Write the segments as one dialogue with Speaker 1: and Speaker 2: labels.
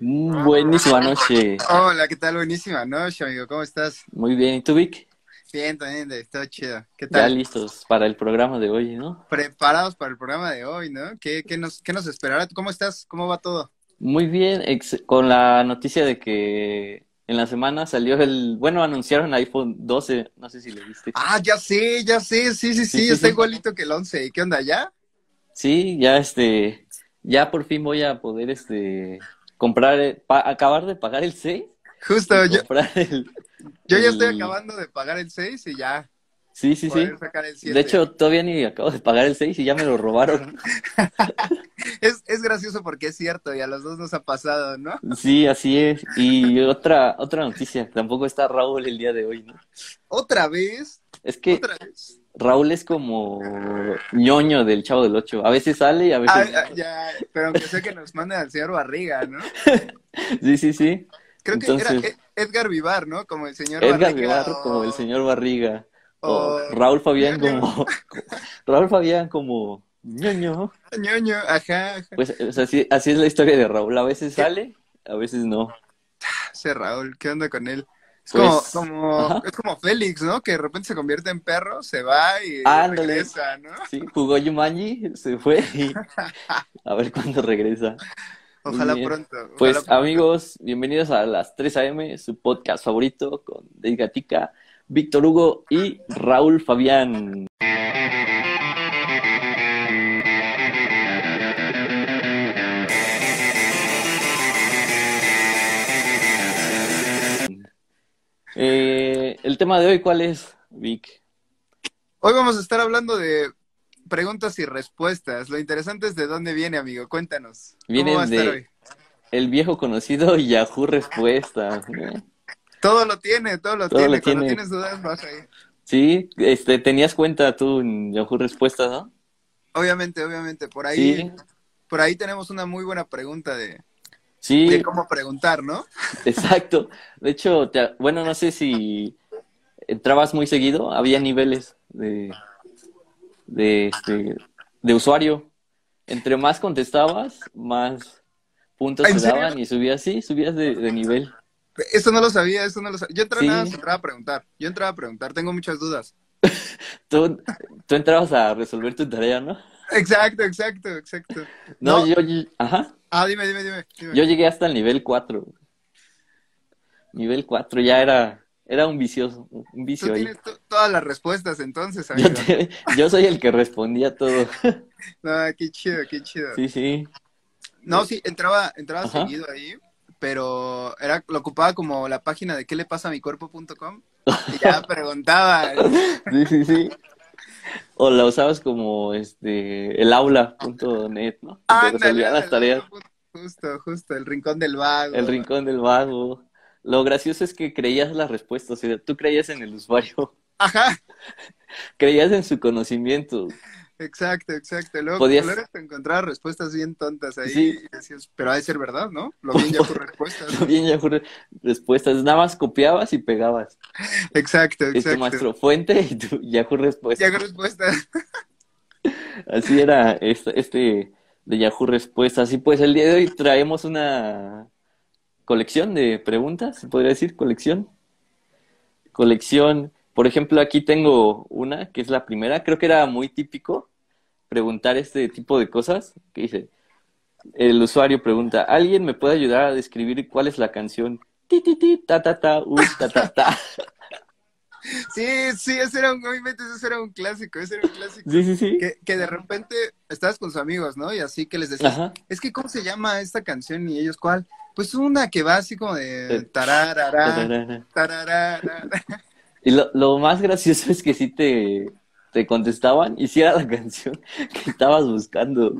Speaker 1: Mm, Buenísima noche.
Speaker 2: Hola, ¿qué tal? Buenísima noche, amigo. ¿Cómo estás?
Speaker 1: Muy bien. ¿Y tú, Vic?
Speaker 2: Bien, también, está chido. ¿Qué
Speaker 1: Ya
Speaker 2: tal?
Speaker 1: listos para el programa de hoy, ¿no?
Speaker 2: Preparados para el programa de hoy, ¿no? ¿Qué, qué nos, qué nos esperará? ¿Tú ¿Cómo estás? ¿Cómo va todo?
Speaker 1: Muy bien, ex- con la noticia de que en la semana salió el, bueno, anunciaron iPhone 12, no sé si lo viste.
Speaker 2: Ah, ya sé, ya sé. Sí, sí, sí.
Speaker 1: sí,
Speaker 2: está
Speaker 1: sí.
Speaker 2: igualito que el 11. ¿Y qué onda, ya?
Speaker 1: Sí, ya este, ya por fin voy a poder este comprar, eh, pa- acabar de pagar el 6
Speaker 2: Justo,
Speaker 1: y
Speaker 2: yo,
Speaker 1: comprar el,
Speaker 2: yo ya estoy
Speaker 1: el-
Speaker 2: acabando de pagar el 6 y ya.
Speaker 1: Sí, sí, sí.
Speaker 2: poder sacar el 7.
Speaker 1: De hecho, todavía ni acabo de pagar el 6 y ya me lo robaron.
Speaker 2: es, es gracioso porque es cierto y a los dos nos ha pasado, ¿no?
Speaker 1: Sí, así es. Y otra otra noticia, tampoco está Raúl el día de hoy, ¿no?
Speaker 2: ¿Otra vez?
Speaker 1: Es que
Speaker 2: ¿Otra vez?
Speaker 1: Raúl es como ñoño del Chavo del Ocho. A veces sale y a
Speaker 2: Ah,
Speaker 1: veces...
Speaker 2: ah, ya, pero aunque sea que nos manden al señor Barriga, ¿no?
Speaker 1: Sí, sí, sí.
Speaker 2: Creo que era
Speaker 1: Entonces-
Speaker 2: Ed- Edgar Vivar, ¿no? Como el señor
Speaker 1: Edgar
Speaker 2: Barriga, oh.
Speaker 1: Vivar
Speaker 2: o-
Speaker 1: como el señor Barriga. O
Speaker 2: o-
Speaker 1: Raúl Fabián como... Raúl Fabián como ñoño.
Speaker 2: Ñoño, ajá, ajá.
Speaker 1: Pues o sea, así, así es la historia de Raúl. A veces sale, a veces no.
Speaker 2: Ese Raúl, ¿qué onda con él? Es
Speaker 1: Pues,
Speaker 2: como, como-
Speaker 1: ajá.
Speaker 2: es como Félix, ¿no? Que de repente se convierte en perro, se va y
Speaker 1: Ándale.
Speaker 2: regresa, ¿no?
Speaker 1: Sí, jugó Yumanji, se fue y a ver cuándo regresa. Muy
Speaker 2: Ojalá
Speaker 1: bien.
Speaker 2: pronto. ojalá
Speaker 1: Pues
Speaker 2: pronto.
Speaker 1: amigos, bienvenidos a las 3 AM, su podcast favorito con Dave Gatica, Víctor Hugo y Raúl Fabián. Eh, el tema de hoy, ¿cuál es, Vic?
Speaker 2: Hoy vamos a estar hablando de preguntas y respuestas. Lo interesante es de dónde viene, amigo. Cuéntanos.
Speaker 1: Viene
Speaker 2: ¿Cómo va a estar
Speaker 1: de-
Speaker 2: hoy?
Speaker 1: El viejo conocido Yahoo Respuestas. ¿eh?
Speaker 2: Todo lo tiene, todo lo
Speaker 1: Todo
Speaker 2: tiene.
Speaker 1: lo
Speaker 2: Cuando
Speaker 1: tiene.
Speaker 2: tienes dudas, vas ahí.
Speaker 1: Sí, este, tenías cuenta tú en Yahoo Respuestas, ¿no?
Speaker 2: Obviamente, obviamente. Por ahí,
Speaker 1: Sí,
Speaker 2: por ahí tenemos una muy buena pregunta de,
Speaker 1: sí.
Speaker 2: de cómo preguntar, ¿no?
Speaker 1: Exacto. De hecho, te- bueno, no sé si entrabas muy seguido, había niveles de, de, este, de usuario. Entre más contestabas, más puntos
Speaker 2: ¿En
Speaker 1: te
Speaker 2: serio?
Speaker 1: daban y subías, sí, subías de, de nivel.
Speaker 2: Eso no lo sabía, eso no lo sabía. Yo entraba,
Speaker 1: Sí.
Speaker 2: nada más entraba a preguntar. Yo entraba a preguntar, tengo muchas dudas.
Speaker 1: Tú, tú entrabas a resolver tu tarea, ¿no?
Speaker 2: Exacto, exacto, exacto.
Speaker 1: No,
Speaker 2: No.
Speaker 1: Yo, yo- ajá,
Speaker 2: Ah, dime, dime, dime. dime.
Speaker 1: yo llegué hasta el nivel 4. Nivel 4 ya era, era un vicioso, un
Speaker 2: Tú
Speaker 1: vicio ahí.
Speaker 2: tienes to- todas las respuestas entonces, amigo.
Speaker 1: Yo, te- yo soy el que respondía todo.
Speaker 2: No, qué chido, qué chido.
Speaker 1: Sí, sí.
Speaker 2: No, sí, entraba, entraba
Speaker 1: Ajá.
Speaker 2: seguido ahí, pero era, lo ocupaba como la página de qué le pasa a mi cuerpo.com y ya preguntaba.
Speaker 1: Sí, sí, sí. O la usabas como este el aula.net, ¿no? Te
Speaker 2: Ándale,
Speaker 1: resolvían las
Speaker 2: ándale,
Speaker 1: tareas,
Speaker 2: Justo, justo, el rincón del vago.
Speaker 1: el rincón del vago. Lo gracioso es que creías las respuestas, o sea, tú creías en el usuario,
Speaker 2: Ajá,
Speaker 1: creías en su conocimiento.
Speaker 2: exacto, exacto. Luego,
Speaker 1: Podías-
Speaker 2: luego te encontrabas respuestas bien tontas ahí
Speaker 1: Sí.
Speaker 2: y decías, pero ha de ser verdad, ¿no? Lo bien ya por respuestas.
Speaker 1: Tú bien ya fue respuestas, nada más copiabas y pegabas.
Speaker 2: Exacto,
Speaker 1: Es tu
Speaker 2: exacto.
Speaker 1: maestro fuente y tu Yahoo
Speaker 2: Ya
Speaker 1: respuestas.
Speaker 2: hago respuestas.
Speaker 1: Así era este, este de Yahoo respuestas. Y pues el día de hoy traemos una colección de preguntas, se podría decir, colección. colección. Por ejemplo, aquí tengo una que es la primera. Creo que era muy típico preguntar este tipo de cosas. Que dice, el usuario pregunta, ¿alguien me puede ayudar a describir cuál es la canción? Ti, ti, ti, ta, ta, ta, u, ta, ta, ta.
Speaker 2: Sí, sí, ese era un, no inventes, ese era un clásico, ese era un clásico.
Speaker 1: Sí, sí, sí.
Speaker 2: Que, que de repente estabas con sus amigos, ¿no? Y así que les decías,
Speaker 1: Ajá.
Speaker 2: es que ¿cómo se llama esta canción? Y ellos, ¿cuál? Pues una que va así como de
Speaker 1: Eh,
Speaker 2: tararara,
Speaker 1: Tararara.
Speaker 2: tararara.
Speaker 1: Y lo, lo más gracioso es que sí te, te contestaban y sí era la canción que estabas buscando.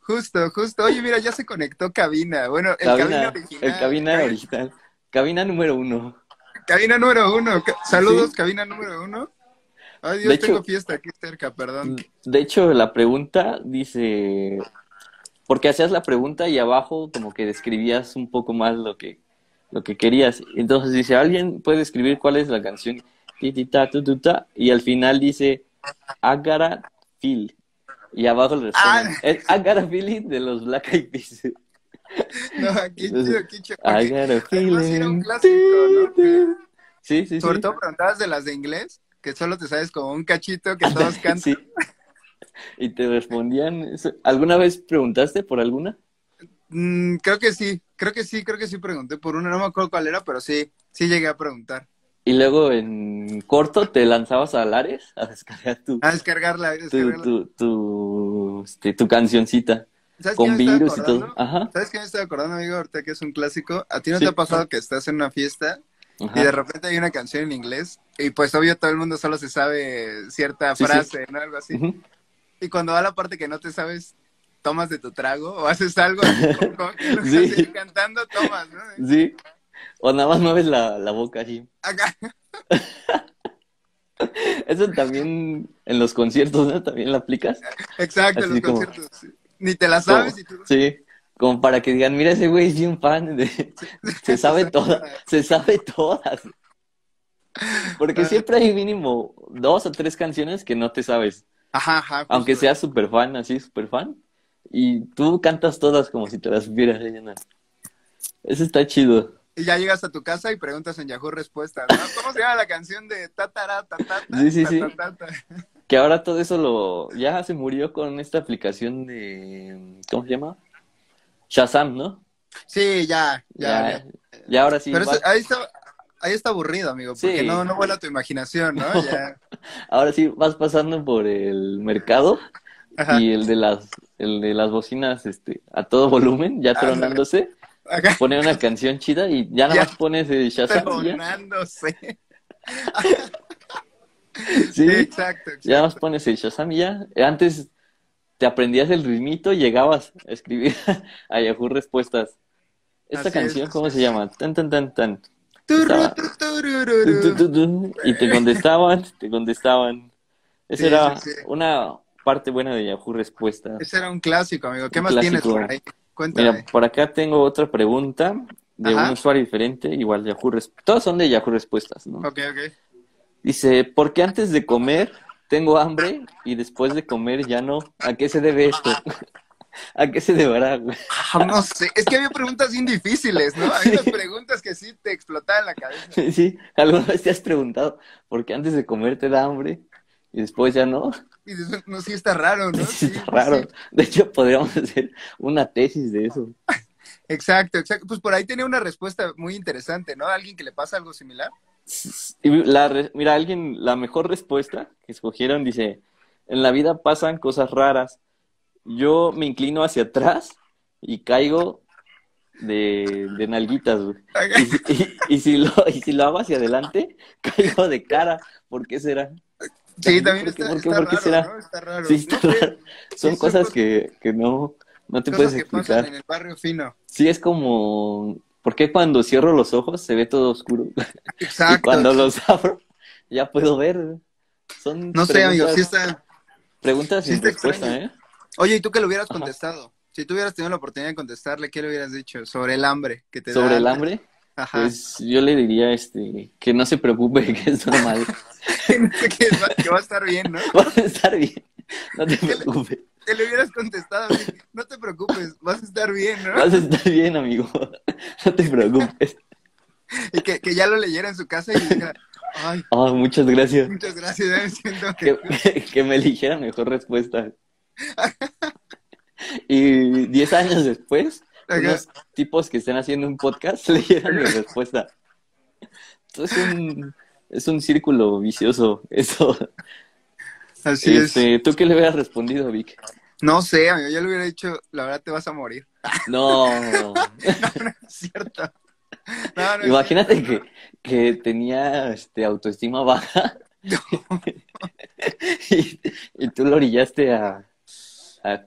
Speaker 2: Justo, justo. Oye, mira, ya se conectó cabina. Bueno, el cabina,
Speaker 1: Cabina,
Speaker 2: original.
Speaker 1: el cabina original. Cabina número uno.
Speaker 2: Cabina número uno. Ca- Saludos, cabina número uno. Ay, Dios,
Speaker 1: De hecho-
Speaker 2: tengo fiesta aquí cerca, perdón.
Speaker 1: De hecho, la pregunta dice, porque hacías la pregunta y abajo como que describías un poco más lo que, lo que querías. Entonces dice, ¿alguien puede escribir cuál es la canción? Ti, ti, ta, tu, tu, ta. Y al final dice, I gotta Ah. feel. Y abajo le responden, es I gotta feel it de los Black Eyed Peas.
Speaker 2: No, qué chido, qué chido.
Speaker 1: I
Speaker 2: porque
Speaker 1: got a
Speaker 2: Además, era un
Speaker 1: feeling.
Speaker 2: clásico, ¿no?
Speaker 1: Sí, sí, sí.
Speaker 2: Sobre todo preguntabas de las de inglés, que solo te sabes como un cachito que todos cantan.
Speaker 1: Sí. Y te respondían. eso. ¿Alguna vez preguntaste por alguna?
Speaker 2: Mm, creo que sí, creo que sí, creo que sí pregunté por una, no me acuerdo cuál era, pero sí, sí llegué a preguntar.
Speaker 1: Y luego en corto te lanzabas a Lares a descargar tu,
Speaker 2: A descargarla, a
Speaker 1: tu,
Speaker 2: descargarla.
Speaker 1: tu, tu, este, tu cancioncordita
Speaker 2: ¿Sabes
Speaker 1: con
Speaker 2: qué me
Speaker 1: virus
Speaker 2: estaba
Speaker 1: y todo.
Speaker 2: acordando?
Speaker 1: Ajá.
Speaker 2: ¿Sabes qué me estoy acordando, amigo? Ahorita que es un clásico. ¿A ti no
Speaker 1: Sí.
Speaker 2: te ha pasado que estás en una fiesta
Speaker 1: ajá.
Speaker 2: y de repente hay una canción en inglés? Y pues obvio todo el mundo solo se sabe cierta
Speaker 1: Sí, sí.
Speaker 2: frase, ¿no? Algo así.
Speaker 1: Ujú.
Speaker 2: Y cuando va la parte que no te sabes, tomas de tu trago o haces algo así como- como que no
Speaker 1: Sí.
Speaker 2: estás cantando, tomas, ¿no?
Speaker 1: Sí. O nada más mueves la, la boca así.
Speaker 2: Acá.
Speaker 1: Eso también en los conciertos, ¿no? También la aplicas.
Speaker 2: Exacto, en
Speaker 1: Así
Speaker 2: los
Speaker 1: como-
Speaker 2: conciertos. sí. Ni te la sabes
Speaker 1: Como-
Speaker 2: y tú...
Speaker 1: Sí. Como para que digan, mira, ese güey es bien fan. de- Se sabe todas. Se sabe todas. Porque siempre hay mínimo dos o tres canciones que no te sabes.
Speaker 2: Ajá, ajá. justo.
Speaker 1: Aunque seas súper fan, así, súper fan. Y tú cantas todas como si te las supieras. ¿eh, Yana? Eso está chido.
Speaker 2: Y ya llegas a tu casa y preguntas en Yahoo Respuestas, ¿no? ¿Cómo se llama la canción de tatara, tatata,
Speaker 1: Sí, sí, sí.
Speaker 2: tatatata?
Speaker 1: Que ahora todo eso lo... Ya se murió con esta aplicación de... ¿Cómo se llama? Shazam, ¿no?
Speaker 2: Sí, ya, ya,
Speaker 1: Ya,
Speaker 2: ya.
Speaker 1: ya ahora sí.
Speaker 2: Pero eso-
Speaker 1: va-
Speaker 2: ahí, está, ahí está aburrido, amigo, porque
Speaker 1: Sí.
Speaker 2: no, no vuela tu imaginación, ¿no? Ya.
Speaker 1: Ahora sí vas pasando por el mercado
Speaker 2: Ajá.
Speaker 1: y el de las el de las bocinas este a todo volumen, ya
Speaker 2: Ándale.
Speaker 1: tronándose,
Speaker 2: Acá
Speaker 1: pone una canción chida y ya nada
Speaker 2: Ya.
Speaker 1: más pones el Shazam. y ya.
Speaker 2: tronándose. Sí,
Speaker 1: Sí,
Speaker 2: exacto,
Speaker 1: ya nada más
Speaker 2: exacto.
Speaker 1: pones el Shazam y ya. Antes te aprendías el ritmito y llegabas a escribir a Yahoo Respuestas. Esta
Speaker 2: Así
Speaker 1: canción,
Speaker 2: es.
Speaker 1: ¿cómo se llama? Tan, tan, tan, tan.
Speaker 2: Turru,
Speaker 1: Estaba-
Speaker 2: tu,
Speaker 1: Tu, tu,
Speaker 2: turururu.
Speaker 1: tu, tu. Y te contestaban, te contestaban. Esa
Speaker 2: Sí,
Speaker 1: era
Speaker 2: sí, sí.
Speaker 1: una parte buena de Yahoo Respuestas.
Speaker 2: Ese era un clásico, amigo. ¿Qué
Speaker 1: Un
Speaker 2: más tienes
Speaker 1: clásico.
Speaker 2: por ahí? Cuéntame.
Speaker 1: Mira, por acá tengo otra pregunta de
Speaker 2: Ajá.
Speaker 1: un usuario diferente, igual Yahoo Respuestas. Todos son de Yahoo Respuestas, ¿no?
Speaker 2: Ok, ok.
Speaker 1: Dice, ¿por qué antes de comer tengo hambre y después de comer ya no? ¿A qué se debe esto? ¿A qué se deberá? güey?
Speaker 2: Ah, no sé, es que había preguntas bien difíciles, ¿no? Había unas preguntas que sí te explotaban la cabeza.
Speaker 1: Sí, alguna vez te has preguntado, ¿por qué antes de comer te da hambre y después ya no?
Speaker 2: Y dices, no, sí está raro, ¿no?
Speaker 1: Sí,
Speaker 2: Sí, pues
Speaker 1: está raro.
Speaker 2: sí.
Speaker 1: De hecho, podríamos hacer una tesis de eso.
Speaker 2: Exacto, exacto. Pues por ahí tenía una respuesta muy interesante, ¿no? Alguien que le pasa algo similar.
Speaker 1: Y la re- mira, alguien, la mejor respuesta que escogieron dice, en la vida pasan cosas raras. Yo me inclino hacia atrás y caigo de, de nalguitas, güey. Y, si- y- y si lo, y si lo hago hacia adelante, caigo de cara. ¿por qué será?
Speaker 2: Sí, también
Speaker 1: ¿Por qué-
Speaker 2: está,
Speaker 1: por qué-
Speaker 2: está
Speaker 1: por qué
Speaker 2: raro,
Speaker 1: será?
Speaker 2: ¿no? Está raro.
Speaker 1: Sí, está
Speaker 2: No sé,
Speaker 1: raro. Son
Speaker 2: son
Speaker 1: cosas
Speaker 2: cosas-
Speaker 1: que, que no, no te
Speaker 2: cosas
Speaker 1: puedes
Speaker 2: que pasan
Speaker 1: explicar.
Speaker 2: en el barrio fino.
Speaker 1: Sí, es como, ¿por qué cuando cierro los ojos se ve todo oscuro? Y
Speaker 2: Exacto.
Speaker 1: cuando los abro, ya puedo ver. Son
Speaker 2: No sé, amigo, sí está...
Speaker 1: preguntas
Speaker 2: sí
Speaker 1: sin
Speaker 2: está
Speaker 1: respuesta,
Speaker 2: extraño.
Speaker 1: ¿eh?
Speaker 2: Oye, ¿y tú qué le hubieras
Speaker 1: Ajá.
Speaker 2: contestado? Si tú hubieras tenido la oportunidad de contestarle, ¿qué le hubieras dicho sobre el hambre que te da?
Speaker 1: Sobre el
Speaker 2: antes?
Speaker 1: hambre,
Speaker 2: Ajá.
Speaker 1: pues yo le diría este que no se preocupe, que es normal.
Speaker 2: que, va, que va a estar bien, ¿no?
Speaker 1: Vas a estar bien, no te
Speaker 2: le-
Speaker 1: preocupes.
Speaker 2: Que le hubieras contestado así, no te preocupes, vas a estar bien, ¿no?
Speaker 1: Vas a estar bien, amigo. No te preocupes.
Speaker 2: Y que, que ya lo leyera en su casa y dijera, ay,
Speaker 1: Ah, muchas gracias.
Speaker 2: muchas gracias, ya me siento
Speaker 1: Que,
Speaker 2: mejor".
Speaker 1: que me eligiera mejor respuesta. Y 10 años después,
Speaker 2: Ajá.
Speaker 1: unos tipos que estén haciendo un podcast leyeron mi respuesta. Entonces es un, es un círculo vicioso eso.
Speaker 2: Así es.
Speaker 1: este, ¿Tú qué le hubieras respondido, Vic?
Speaker 2: No sé, amigo, yo le hubiera dicho, la verdad te vas a morir.
Speaker 1: No.
Speaker 2: Es cierto. No, no, es
Speaker 1: Imagínate que, que tenía este, autoestima baja y, y tú lo orillaste a... a-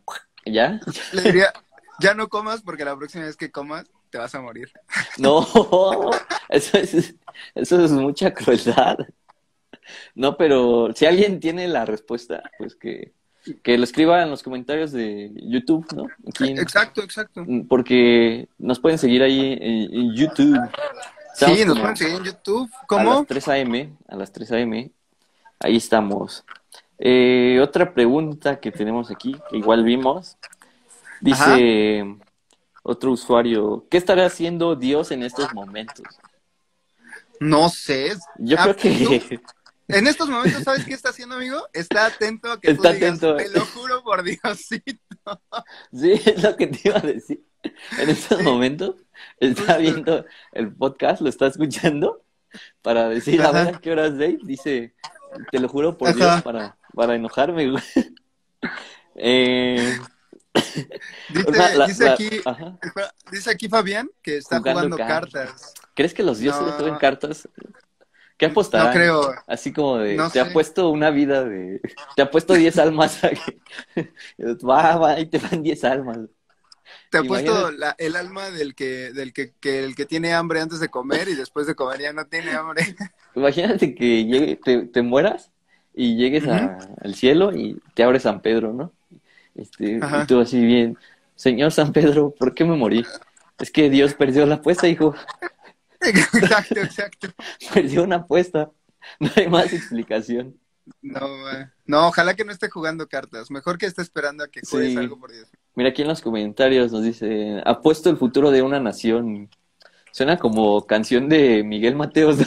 Speaker 1: ¿Ya?
Speaker 2: cierto. Le diría, ya no comas porque la próxima vez que comas te vas a morir.
Speaker 1: No, eso es, eso es mucha crueldad. No, pero si alguien tiene la respuesta, pues que, que lo escriba en los comentarios de YouTube, ¿no? Aquí en-
Speaker 2: Exacto, exacto.
Speaker 1: porque nos pueden seguir ahí en, en YouTube. Estamos
Speaker 2: Sí, nos
Speaker 1: como
Speaker 2: pueden seguir en YouTube.
Speaker 1: A las
Speaker 2: ¿Cómo?
Speaker 1: 3 a.m., a las 3 a.m., ahí estamos. Eh, otra pregunta que tenemos aquí, que igual vimos, dice, otro usuario. ¿Qué estará haciendo Dios en estos momentos?
Speaker 2: No sé.
Speaker 1: Yo creo
Speaker 2: Ah,
Speaker 1: que
Speaker 2: En estos momentos, ¿sabes qué está haciendo, amigo? Está atento a que
Speaker 1: Está
Speaker 2: tú digas,
Speaker 1: atento.
Speaker 2: te lo juro por Diosito.
Speaker 1: sí, es lo que te iba a decir. En estos momentos está
Speaker 2: Justo.
Speaker 1: viendo el podcast, lo está escuchando para decir a
Speaker 2: Ajá.
Speaker 1: ver a qué horas Dave dice, te lo juro por
Speaker 2: Ajá.
Speaker 1: Dios para, para enojarme. güey. Eh,
Speaker 2: Dice,
Speaker 1: una- la-
Speaker 2: dice
Speaker 1: la-
Speaker 2: aquí,
Speaker 1: ajá.
Speaker 2: espera, dice aquí Fabián que está
Speaker 1: Jugando
Speaker 2: jugando,
Speaker 1: cartas.
Speaker 2: cartas.
Speaker 1: ¿Crees que los dioses
Speaker 2: No.
Speaker 1: le juegan cartas? ¿Qué apostarán?
Speaker 2: No creo.
Speaker 1: Así como de,
Speaker 2: No
Speaker 1: te
Speaker 2: sé.
Speaker 1: ha puesto una vida de, te ha puesto 10 almas. a que- va, va, y te van 10 almas.
Speaker 2: Te apuesto
Speaker 1: Imagínate.
Speaker 2: la, el alma del que, del que, que el que tiene hambre antes de comer y después de comer ya no tiene hambre.
Speaker 1: Imagínate que llegue- te, te mueras y llegues a- al cielo y te abre San Pedro, ¿no? Este,
Speaker 2: Ajá.
Speaker 1: y tú así bien, señor San Pedro, ¿por qué me morí? Es que Dios perdió la apuesta, hijo.
Speaker 2: exacto, exacto.
Speaker 1: Perdió una apuesta. No hay más explicación.
Speaker 2: No, eh, no, ojalá que no esté jugando cartas. Mejor que esté esperando a que juegues
Speaker 1: Sí.
Speaker 2: algo por Dios.
Speaker 1: Mira, aquí en los comentarios nos dice, apuesto el futuro de una nación. Suena como canción de Miguel Mateos.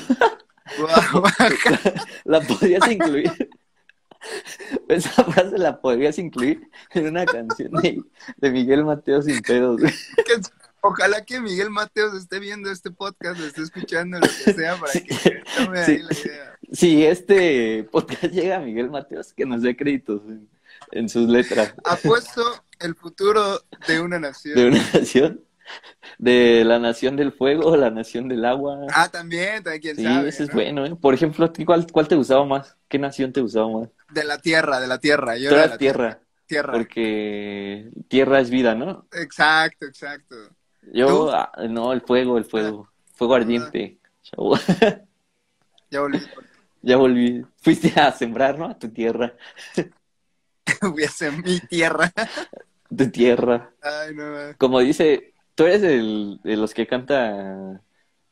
Speaker 2: Guau.
Speaker 1: la podrías incluir. Esa frase la podrías incluir en una canción de, de Miguel Mateos sin pedos. güey.
Speaker 2: Que- ojalá que Miguel Mateos esté viendo este podcast, lo esté escuchando, lo que sea, para que tome ahí
Speaker 1: Sí.
Speaker 2: la idea.
Speaker 1: Si este podcast llega a Miguel Mateos, que nos dé créditos en, en sus letras
Speaker 2: Apuesto el futuro de una nación.
Speaker 1: de una nación, de la nación del fuego, la nación del agua.
Speaker 2: Ah, también, también, quién
Speaker 1: Sí,
Speaker 2: sabe.
Speaker 1: ese es
Speaker 2: ¿no?
Speaker 1: bueno. ¿eh? Por ejemplo, ¿a ti ¿cuál, ¿cuál te gustaba más? ¿Qué nación te gustaba más?
Speaker 2: De la tierra, de la tierra. Yo
Speaker 1: Tú
Speaker 2: era de
Speaker 1: eras
Speaker 2: la
Speaker 1: tierra,
Speaker 2: tierra.
Speaker 1: porque tierra es vida, ¿no?
Speaker 2: Exacto, exacto. ¿Tú? Ah,
Speaker 1: Yo, ah, no, el fuego, el fuego, fuego ardiente. Chau.
Speaker 2: Ya volví.
Speaker 1: Ya volví. Fuiste a sembrar, ¿no? A tu tierra.
Speaker 2: Voy a hacer mi tierra.
Speaker 1: Tu tierra.
Speaker 2: Ay, no.
Speaker 1: Como dice, tú eres el, de los que canta,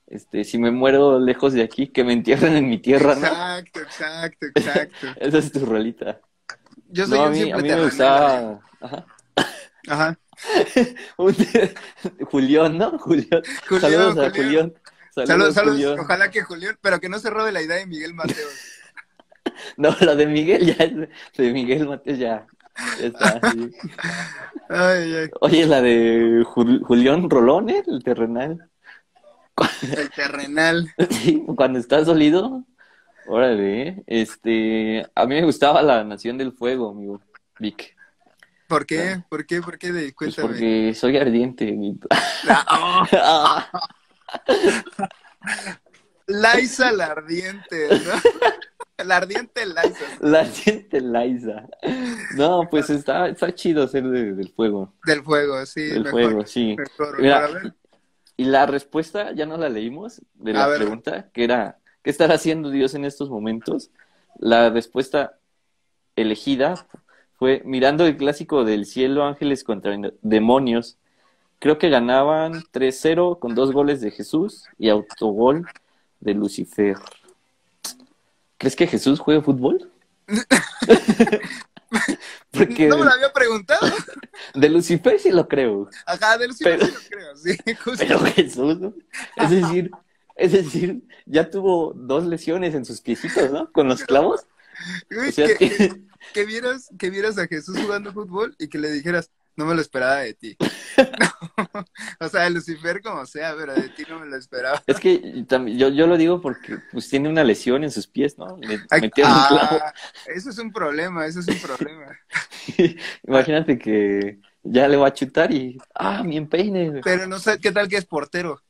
Speaker 1: este, si me muero lejos de aquí, que me entierren en mi tierra, ¿no?
Speaker 2: Exacto, exacto, exacto.
Speaker 1: Esa es tu rolita.
Speaker 2: Yo soy
Speaker 1: No, a
Speaker 2: un
Speaker 1: mí, a
Speaker 2: simple
Speaker 1: mí me
Speaker 2: terrenal, amigo.
Speaker 1: gustaba... Ajá.
Speaker 2: Ajá.
Speaker 1: Un- Julián, ¿no? Julián.
Speaker 2: Julián,
Speaker 1: Saludos a
Speaker 2: Julián.
Speaker 1: Julián.
Speaker 2: Saludos,
Speaker 1: Saludos,
Speaker 2: saludos.
Speaker 1: Julián.
Speaker 2: Ojalá que Julián, pero que no se robe la idea de Miguel Mateos.
Speaker 1: No, la de Miguel ya es de Miguel Mateos ya, ya está. sí.
Speaker 2: Ay, ay.
Speaker 1: Oye, la de Jul- Julián Rolón, ¿eh? el terrenal.
Speaker 2: El terrenal.
Speaker 1: Sí, cuando estás dolido, órale, ¿eh? este, a mí me gustaba la Nación del Fuego, amigo, Vic,
Speaker 2: ¿Por qué? ¿Por qué? ¿Por qué? De-
Speaker 1: Ah. pues
Speaker 2: Cuéntame.
Speaker 1: porque soy ardiente. mi-
Speaker 2: Ah, oh,
Speaker 1: Ah,
Speaker 2: Laisa la ardiente, ¿no? La ardiente Laisa.
Speaker 1: la gente Liza. No, pues está, está chido ser de- del fuego,
Speaker 2: Del fuego, sí.
Speaker 1: del
Speaker 2: mejor,
Speaker 1: fuego, sí.
Speaker 2: Mejor,
Speaker 1: Mira,
Speaker 2: mejor. A ver.
Speaker 1: Y la respuesta ya no la leímos de
Speaker 2: A
Speaker 1: la
Speaker 2: ver.
Speaker 1: pregunta que era ¿qué estará haciendo Dios en estos momentos? La respuesta elegida fue mirando el clásico del cielo ángeles contra demonios. Creo que ganaban 3-0 con dos goles de Jesús y autogol de Lucifer. ¿Crees que Jesús juega fútbol? Porque
Speaker 2: No me lo había preguntado.
Speaker 1: de Lucifer sí lo creo.
Speaker 2: Ajá, del sí,
Speaker 1: Pero-
Speaker 2: sí lo creo. Sí, justo.
Speaker 1: Pero Jesús, ¿no? es decir, es decir, ya tuvo dos lesiones en sus piecitos, ¿no? Con los clavos.
Speaker 2: Uy,
Speaker 1: O sea,
Speaker 2: que,
Speaker 1: que-
Speaker 2: que- que vieras, que vieras a Jesús jugando fútbol y que le dijeras, no me lo esperaba de ti. o sea, de Lucifer como sea, pero de ti no me lo esperaba.
Speaker 1: es que tam- yo, yo lo digo porque pues tiene una lesión en sus pies, ¿no? Le
Speaker 2: Ay,
Speaker 1: metieron un
Speaker 2: ah,
Speaker 1: clavo.
Speaker 2: eso es un problema, eso es un problema.
Speaker 1: Imagínate que ya le va a chutar y ah, mi empeine.
Speaker 2: Pero no sé qué tal que es portero.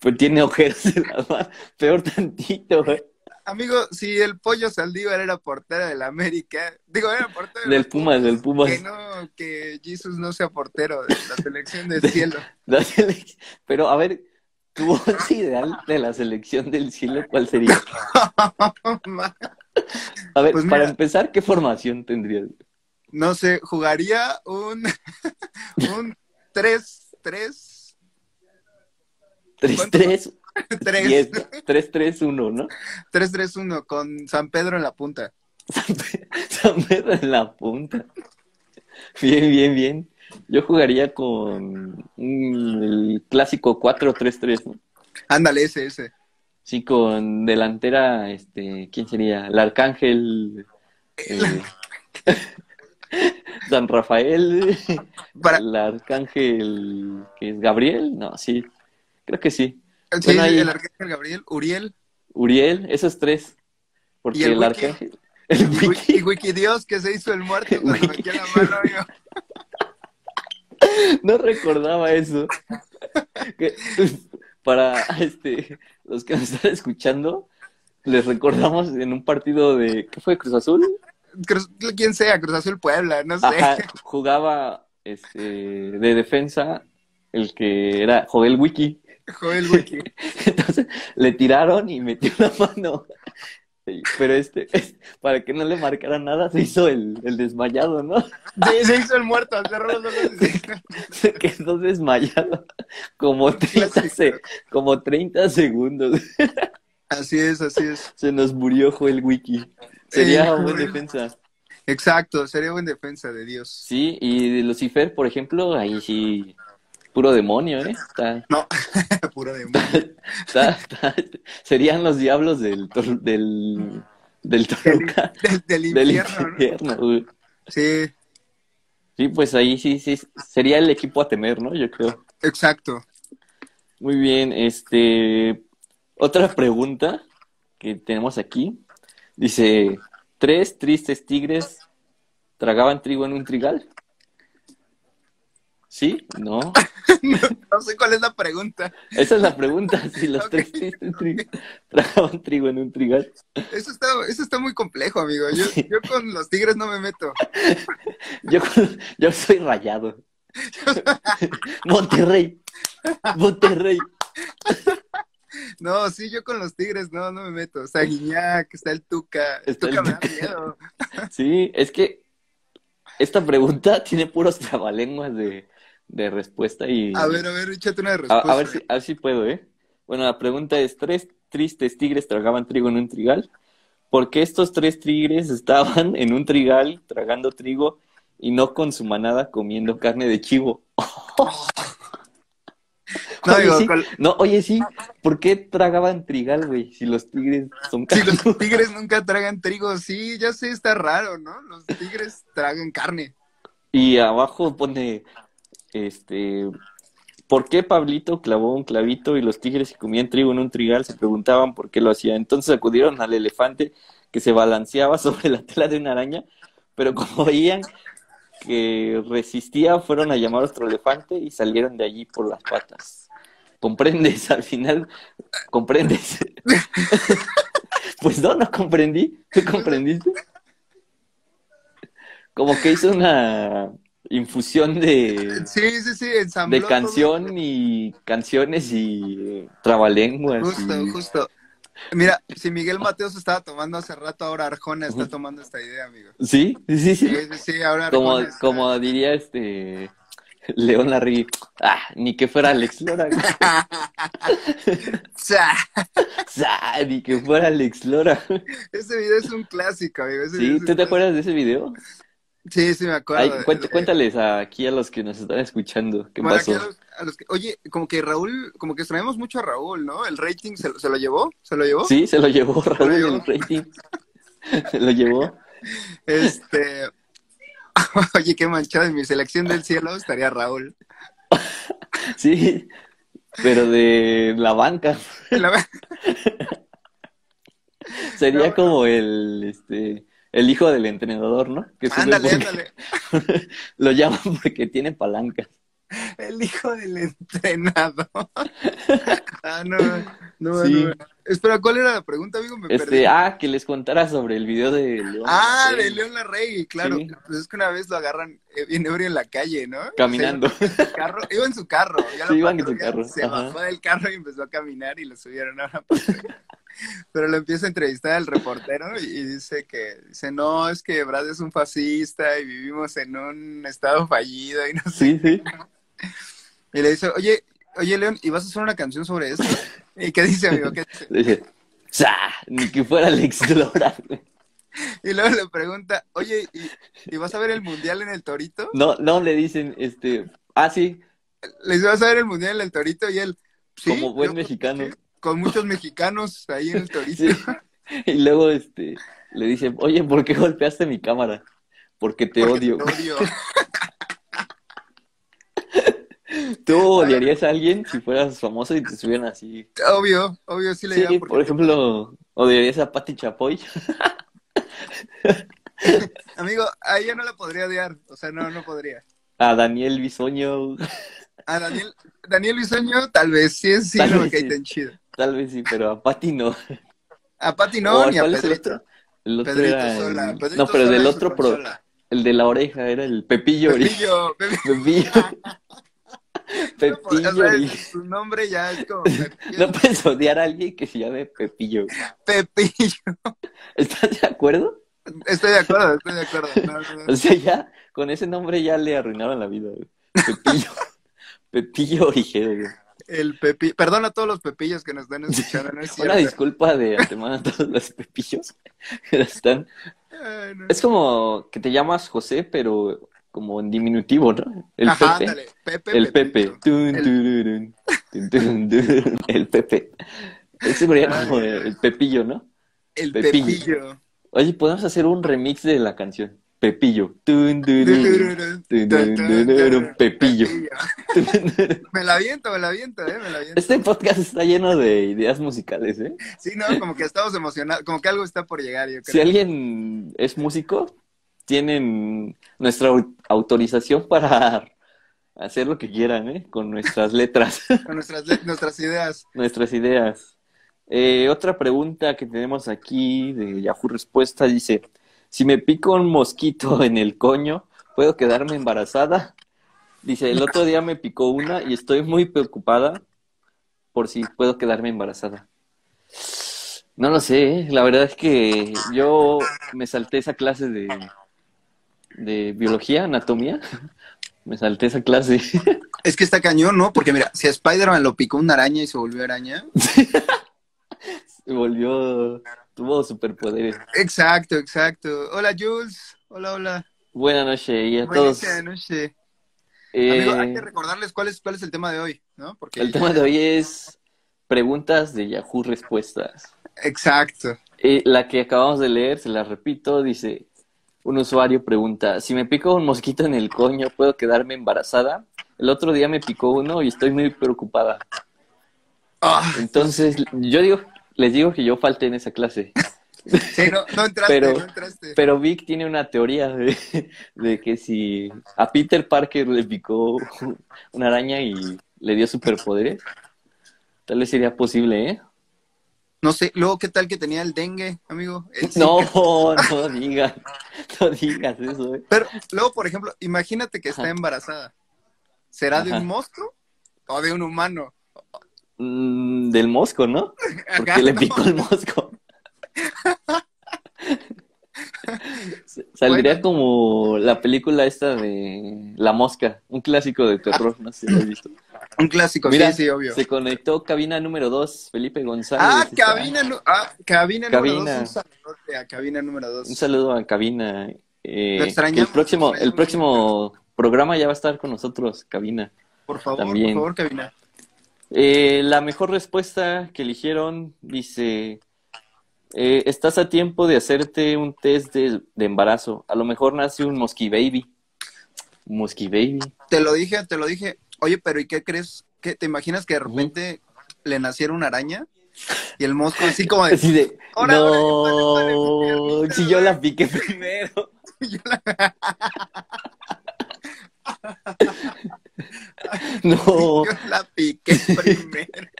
Speaker 1: Pues tiene ojeras en la mano. Peor tantito, ¿eh? güey.
Speaker 2: Amigo, si el pollo Saldívar era portero del América, digo, era portero
Speaker 1: Del Pumas, del Pumas.
Speaker 2: Que no, que Jesús no sea portero de la selección del cielo.
Speaker 1: La selec- Pero a ver, tu voz ideal de la selección del cielo, ¿cuál sería? A ver,
Speaker 2: Pues mira.
Speaker 1: para empezar, ¿qué formación tendrías?
Speaker 2: No sé, jugaría un, un 3, 3,
Speaker 1: 3-3,
Speaker 2: 3,
Speaker 1: 10, 3-3-1, ¿no?
Speaker 2: 3, 3, 1 con San Pedro en la punta.
Speaker 1: San Pe- San Pedro en la punta. Bien, bien, bien. Yo jugaría con mm, el clásico 4-3-3, ¿no?
Speaker 2: Ándale, ese, ese.
Speaker 1: Sí, con delantera, este, ¿quién sería? El Arcángel, eh, San Rafael,
Speaker 2: Para-
Speaker 1: el Arcángel, que es Gabriel, no, sí, creo que sí.
Speaker 2: Sí,
Speaker 1: Bueno, ahí-
Speaker 2: el arcángel Gabriel, Uriel
Speaker 1: Uriel, esos tres, porque
Speaker 2: ¿Y el
Speaker 1: el,
Speaker 2: Wiki?
Speaker 1: Arcángel, el
Speaker 2: y, Wi-
Speaker 1: Wiki,
Speaker 2: y Wikidios que se hizo el muerto cuando
Speaker 1: Wiki-
Speaker 2: metió la mano. amigo.
Speaker 1: no recordaba eso. Que- para este, los que nos están escuchando, les recordamos en un partido de, ¿qué fue? Cruz Azul.
Speaker 2: Cruz- quien sea, Cruz Azul Puebla, no sé.
Speaker 1: Ajá, jugaba este, de defensa el que era Joel Wiki.
Speaker 2: Joel Wiki.
Speaker 1: Entonces le tiraron y metió la mano. Y- Pero este, es- para que no le marcara nada, se hizo el, el desmayado, ¿no?
Speaker 2: Sí, se hizo el muerto, al cerro no lo decía.
Speaker 1: Se quedó desmayado como 30, se- como 30 segundos.
Speaker 2: Así es, así es.
Speaker 1: Se nos murió Joel Wiki. Sería
Speaker 2: Sí,
Speaker 1: buena
Speaker 2: Joel.
Speaker 1: defensa.
Speaker 2: Exacto, sería buen defensa de Dios.
Speaker 1: Sí, y de Lucifer, por ejemplo, ahí sí, puro demonio, ¿eh? Está,
Speaker 2: Puro demonio.
Speaker 1: Ta- ta- serían los diablos del Tol- del del Toluca,
Speaker 2: Del, del
Speaker 1: del
Speaker 2: infierno, ¿no?
Speaker 1: infierno, güey.
Speaker 2: Sí,
Speaker 1: Sí, pues ahí sí sí sería el equipo a temer, ¿no? Yo creo.
Speaker 2: exacto.
Speaker 1: Muy bien, este otra pregunta que tenemos aquí. Dice, ¿tres tristes tigres tragaban trigo en un trigal? ¿Sí? ¿No?
Speaker 2: No sé cuál es la pregunta.
Speaker 1: Esa es la pregunta, si los tres
Speaker 2: Ok.
Speaker 1: tristes tri- tragaban trigo en un trigal.
Speaker 2: Eso está, eso está muy complejo, amigo. Yo, yo con los tigres no me meto.
Speaker 1: Yo, yo soy rayado. Monterrey. Monterrey.
Speaker 2: No, sí, yo con los tigres no, no me meto. Está Guiñac, está el Tuca. El
Speaker 1: Está el
Speaker 2: Tuca me da
Speaker 1: Tuca.
Speaker 2: miedo.
Speaker 1: Sí, es que esta pregunta tiene puros trabalenguas de, de respuesta y...
Speaker 2: A ver, a ver, échate una
Speaker 1: A-
Speaker 2: respuesta.
Speaker 1: a ver si, a ver si puedo, ¿eh? Bueno, la pregunta es, ¿tres tristes tigres tragaban trigo en un trigal? ¿Por qué estos tres tigres estaban en un trigal tragando trigo y no con su manada comiendo carne de chivo?
Speaker 2: No,
Speaker 1: Oye,
Speaker 2: digo,
Speaker 1: sí.
Speaker 2: con-
Speaker 1: No, oye, sí, ¿por qué tragaban trigal, güey? Si los tigres son
Speaker 2: si
Speaker 1: carnívoros.
Speaker 2: los tigres nunca tragan trigo, sí, ya sé, está raro, ¿no? Los tigres tragan carne.
Speaker 1: Y abajo pone, este, ¿por qué Pablito clavó un clavito y los tigres que comían trigo en un trigal se preguntaban por qué lo hacía? Entonces acudieron al elefante que se balanceaba sobre la tela de una araña, pero como veían que resistía, fueron a llamar a otro elefante y salieron de allí por las patas. ¿Comprendes? Al final, ¿comprendes? pues no, no comprendí. ¿Tú comprendiste? Como que hizo una infusión de,
Speaker 2: Sí, sí, sí, ensambló.
Speaker 1: de
Speaker 2: todo.
Speaker 1: canción y canciones y trabalenguas.
Speaker 2: Justo,
Speaker 1: y-
Speaker 2: justo. Mira, si Miguel Mateos estaba tomando hace rato, ahora Arjona está tomando esta idea, amigo.
Speaker 1: Sí, sí, sí.
Speaker 2: Sí,
Speaker 1: sí.
Speaker 2: sí, sí, ahora
Speaker 1: Como,
Speaker 2: Arjona está-
Speaker 1: como diría este León Larry, ah, ni que fuera Alex Lora. güey.
Speaker 2: ¡Sa!
Speaker 1: Ah, ni que fuera Alex Lora.
Speaker 2: Ese video es un clásico, amigo. ese video
Speaker 1: ¿Sí?
Speaker 2: es un
Speaker 1: ¿Tú te
Speaker 2: clásico.
Speaker 1: acuerdas de ese video?
Speaker 2: Sí, sí, me acuerdo.
Speaker 1: Ay,
Speaker 2: de-
Speaker 1: cuént-
Speaker 2: de-
Speaker 1: cuéntales aquí a los que nos están escuchando qué
Speaker 2: Bueno, aquí
Speaker 1: pasó.
Speaker 2: a los- a los que- oye, como que Raúl, como que extrañamos mucho a Raúl, ¿no? El rating se, lo- se lo llevó, se lo llevó.
Speaker 1: Sí, se lo llevó Raúl
Speaker 2: lo llevó.
Speaker 1: el rating. Se lo llevó.
Speaker 2: Este, oye, qué manchado, en mi selección del cielo estaría Raúl.
Speaker 1: Sí, pero de la banca.
Speaker 2: La-
Speaker 1: Sería
Speaker 2: No.
Speaker 1: como el este el hijo del entrenador, ¿no? Que sube
Speaker 2: ándale,
Speaker 1: porque-
Speaker 2: ándale.
Speaker 1: Lo llaman porque tiene palanca.
Speaker 2: El hijo del entrenado. ah, no, no,
Speaker 1: Sí.
Speaker 2: no. Espera, ¿cuál era la pregunta, amigo? Me perdí.
Speaker 1: Este, ah, que les contara sobre el video de León. este,
Speaker 2: Ah,
Speaker 1: Sí,
Speaker 2: de León Larregui, claro.
Speaker 1: Sí.
Speaker 2: Pues es que una vez lo agarran eh, bien ebrio en la calle, ¿no?
Speaker 1: Caminando.
Speaker 2: Se iba en su carro, iba en su carro. ya la
Speaker 1: Sí, iba en su
Speaker 2: patrulla
Speaker 1: carro,
Speaker 2: Se
Speaker 1: ajá.
Speaker 2: bajó del carro y empezó a caminar y lo subieron a una patrulla. Pero lo empieza a entrevistar al reportero y dice que, dice, no, es que Brad es un fascista y vivimos en un estado fallido y no sé.
Speaker 1: Sí, sí.
Speaker 2: Y le dice, oye, oye, León, ¿y vas a hacer una canción sobre esto? ¿Y qué dice, amigo? ¿Qué dice?
Speaker 1: Dice, "Sa, Ni que fuera Alex Lora.
Speaker 2: Y luego le pregunta, oye, ¿y, y vas a ver el mundial en el Torito?
Speaker 1: No, no le dicen, este, ah, sí,
Speaker 2: Le dice, ¿vas a ver el mundial en el Torito? Y él, sí.
Speaker 1: como buen
Speaker 2: yo-
Speaker 1: mexicano.
Speaker 2: Con muchos mexicanos ahí en el Torito.
Speaker 1: Sí. Y luego, este, le dicen, oye, ¿por qué golpeaste mi cámara? Porque te
Speaker 2: Porque
Speaker 1: odio.
Speaker 2: Te odio.
Speaker 1: ¿Tú odiarías a alguien si fueras famoso y te subieran así?
Speaker 2: Obvio, obvio, sí le
Speaker 1: Sí,
Speaker 2: digo,
Speaker 1: por ejemplo, odiarías a Pati Chapoy.
Speaker 2: Amigo, a ella no la podría odiar. O sea, no, no podría.
Speaker 1: A Daniel Bisoño,
Speaker 2: A Daniel, Daniel Bisoño, tal vez, sí, sí,
Speaker 1: Tal
Speaker 2: no
Speaker 1: vez
Speaker 2: me cae
Speaker 1: sí.
Speaker 2: tan chido.
Speaker 1: tal vez sí, pero a Pati no.
Speaker 2: A Pati
Speaker 1: ¿O
Speaker 2: no,
Speaker 1: a
Speaker 2: ni a
Speaker 1: cuál es el
Speaker 2: Pedrito.
Speaker 1: otro? El otro
Speaker 2: Pedrito
Speaker 1: era el-
Speaker 2: Sola. Pedrito
Speaker 1: No, pero
Speaker 2: Sola
Speaker 1: del
Speaker 2: y su
Speaker 1: otro, pro-
Speaker 2: consola.
Speaker 1: el de la oreja era el Pepillo. Ori-
Speaker 2: Pepillo, Pepillo.
Speaker 1: Pepillo. Pepillo.
Speaker 2: O sea,
Speaker 1: Ori-
Speaker 2: su nombre ya es como Pepillo.
Speaker 1: No pues. puedes odiar a alguien que se llame Pepillo.
Speaker 2: Pepillo.
Speaker 1: ¿Estás de acuerdo?
Speaker 2: Estoy de acuerdo, estoy de acuerdo. No, no,
Speaker 1: O
Speaker 2: no.
Speaker 1: sea, ya con ese nombre ya le arruinaron la vida. güey. Pepillo. Pepillo Origel. güey.
Speaker 2: El Pepi... Perdón a todos los Pepillos que nos están escuchando, no es
Speaker 1: Una
Speaker 2: cierto.
Speaker 1: disculpa de antemano a todos los Pepillos que están.
Speaker 2: Ay, no.
Speaker 1: Es como que te llamas José, pero como en diminutivo, ¿no? El
Speaker 2: Ajá,
Speaker 1: Pepe.
Speaker 2: ándale. Pepe.
Speaker 1: El Pepe.
Speaker 2: Pepillo.
Speaker 1: Tun,
Speaker 2: El-
Speaker 1: tururun. Tun, tun, tururun. El Pepe. Ese sería como
Speaker 2: Ay.
Speaker 1: el Pepillo, ¿no?
Speaker 2: El
Speaker 1: Pepillo.
Speaker 2: Pepillo.
Speaker 1: Oye, podemos hacer un remix de la canción. Pepillo. Tun, tururun. Tun, tun, tururun. Pepillo.
Speaker 2: Me la aviento, me la aviento, eh, me la aviento.
Speaker 1: Este podcast está lleno de ideas musicales, ¿eh?
Speaker 2: Sí, no, como que estamos emocionados, como que algo está por llegar, yo
Speaker 1: Si
Speaker 2: creo.
Speaker 1: alguien es músico, tienen nuestra au- autorización para hacer lo que quieran, ¿eh? Con nuestras letras,
Speaker 2: Con nuestras, le- nuestras ideas.
Speaker 1: nuestras ideas. Eh, otra pregunta que tenemos aquí de Yahoo Respuesta dice, si me pico un mosquito en el coño, ¿puedo quedarme embarazada? Dice, el otro día me picó una y estoy muy preocupada por si puedo quedarme embarazada. No lo sé, ¿eh? la verdad es que yo me salté esa clase de, de biología, anatomía. Me salté esa clase.
Speaker 2: Es que está cañón, ¿no? Porque mira, si a Spider-Man lo picó una araña y se volvió araña.
Speaker 1: Se volvió, tuvo superpoderes.
Speaker 2: Exacto, exacto. Hola, Jules. Hola, hola.
Speaker 1: Buenas noches y a todos.
Speaker 2: Buenas noches.
Speaker 1: Eh,
Speaker 2: Amigo, hay que recordarles cuál es, cuál es el tema de hoy, ¿no? Porque
Speaker 1: el tema de hoy es preguntas de Yahoo Respuestas.
Speaker 2: Exacto.
Speaker 1: Eh, la que acabamos de leer, se la repito, dice, un usuario pregunta, si me pico un mosquito en el coño, ¿puedo quedarme embarazada? El otro día me picó uno y estoy muy preocupada.
Speaker 2: Ah,
Speaker 1: Entonces, yo digo, les digo que yo falté en esa clase.
Speaker 2: sí, no, no entraste,
Speaker 1: Pero-
Speaker 2: no entraste.
Speaker 1: Pero Vic tiene una teoría de, de que si a Peter Parker le picó una araña y le dio superpoderes, tal vez sería posible, ¿eh?
Speaker 2: No sé, luego qué tal que tenía el dengue, amigo. El
Speaker 1: No,
Speaker 2: Zika.
Speaker 1: no digas, no digas eso, ¿eh?
Speaker 2: Pero luego, por ejemplo, imagínate que está
Speaker 1: Ajá.
Speaker 2: embarazada. ¿Será de
Speaker 1: Ajá.
Speaker 2: un mosco o de un humano?
Speaker 1: Mm, del mosco, ¿no?
Speaker 2: Ajá,
Speaker 1: Porque le
Speaker 2: no.
Speaker 1: picó el mosco. S- Saldría
Speaker 2: Bueno.
Speaker 1: como la película esta de La Mosca, un clásico de terror, no sé si lo has visto.
Speaker 2: Un clásico,
Speaker 1: Mira,
Speaker 2: sí, sí, obvio.
Speaker 1: Se conectó cabina número 2, Felipe González.
Speaker 2: Ah,
Speaker 1: está-
Speaker 2: cabina, nu- ah, cabina, número
Speaker 1: Cabina.
Speaker 2: dos. Un saludote a cabina número dos.
Speaker 1: Un saludo a cabina. eh,
Speaker 2: Lo
Speaker 1: el
Speaker 2: extrañamos,
Speaker 1: próximo,
Speaker 2: lo extrañamos.
Speaker 1: el próximo programa ya va a estar con nosotros, cabina.
Speaker 2: Por favor,
Speaker 1: También.
Speaker 2: por favor, cabina.
Speaker 1: Eh, la mejor respuesta que eligieron dice, eh, estás a tiempo de hacerte un test de, de embarazo. A lo mejor nace un mosqui baby. Mosqui baby.
Speaker 2: Te lo dije, te lo dije. Oye, pero ¿y qué crees? ¿Qué, ¿Te imaginas que de repente le naciera una araña? Y el mosco así como de...
Speaker 1: Así de,
Speaker 2: Ahora,
Speaker 1: no,
Speaker 2: ahora, épale, épale, épale,
Speaker 1: si yo la piqué primero. no,
Speaker 2: Yo la piqué primero.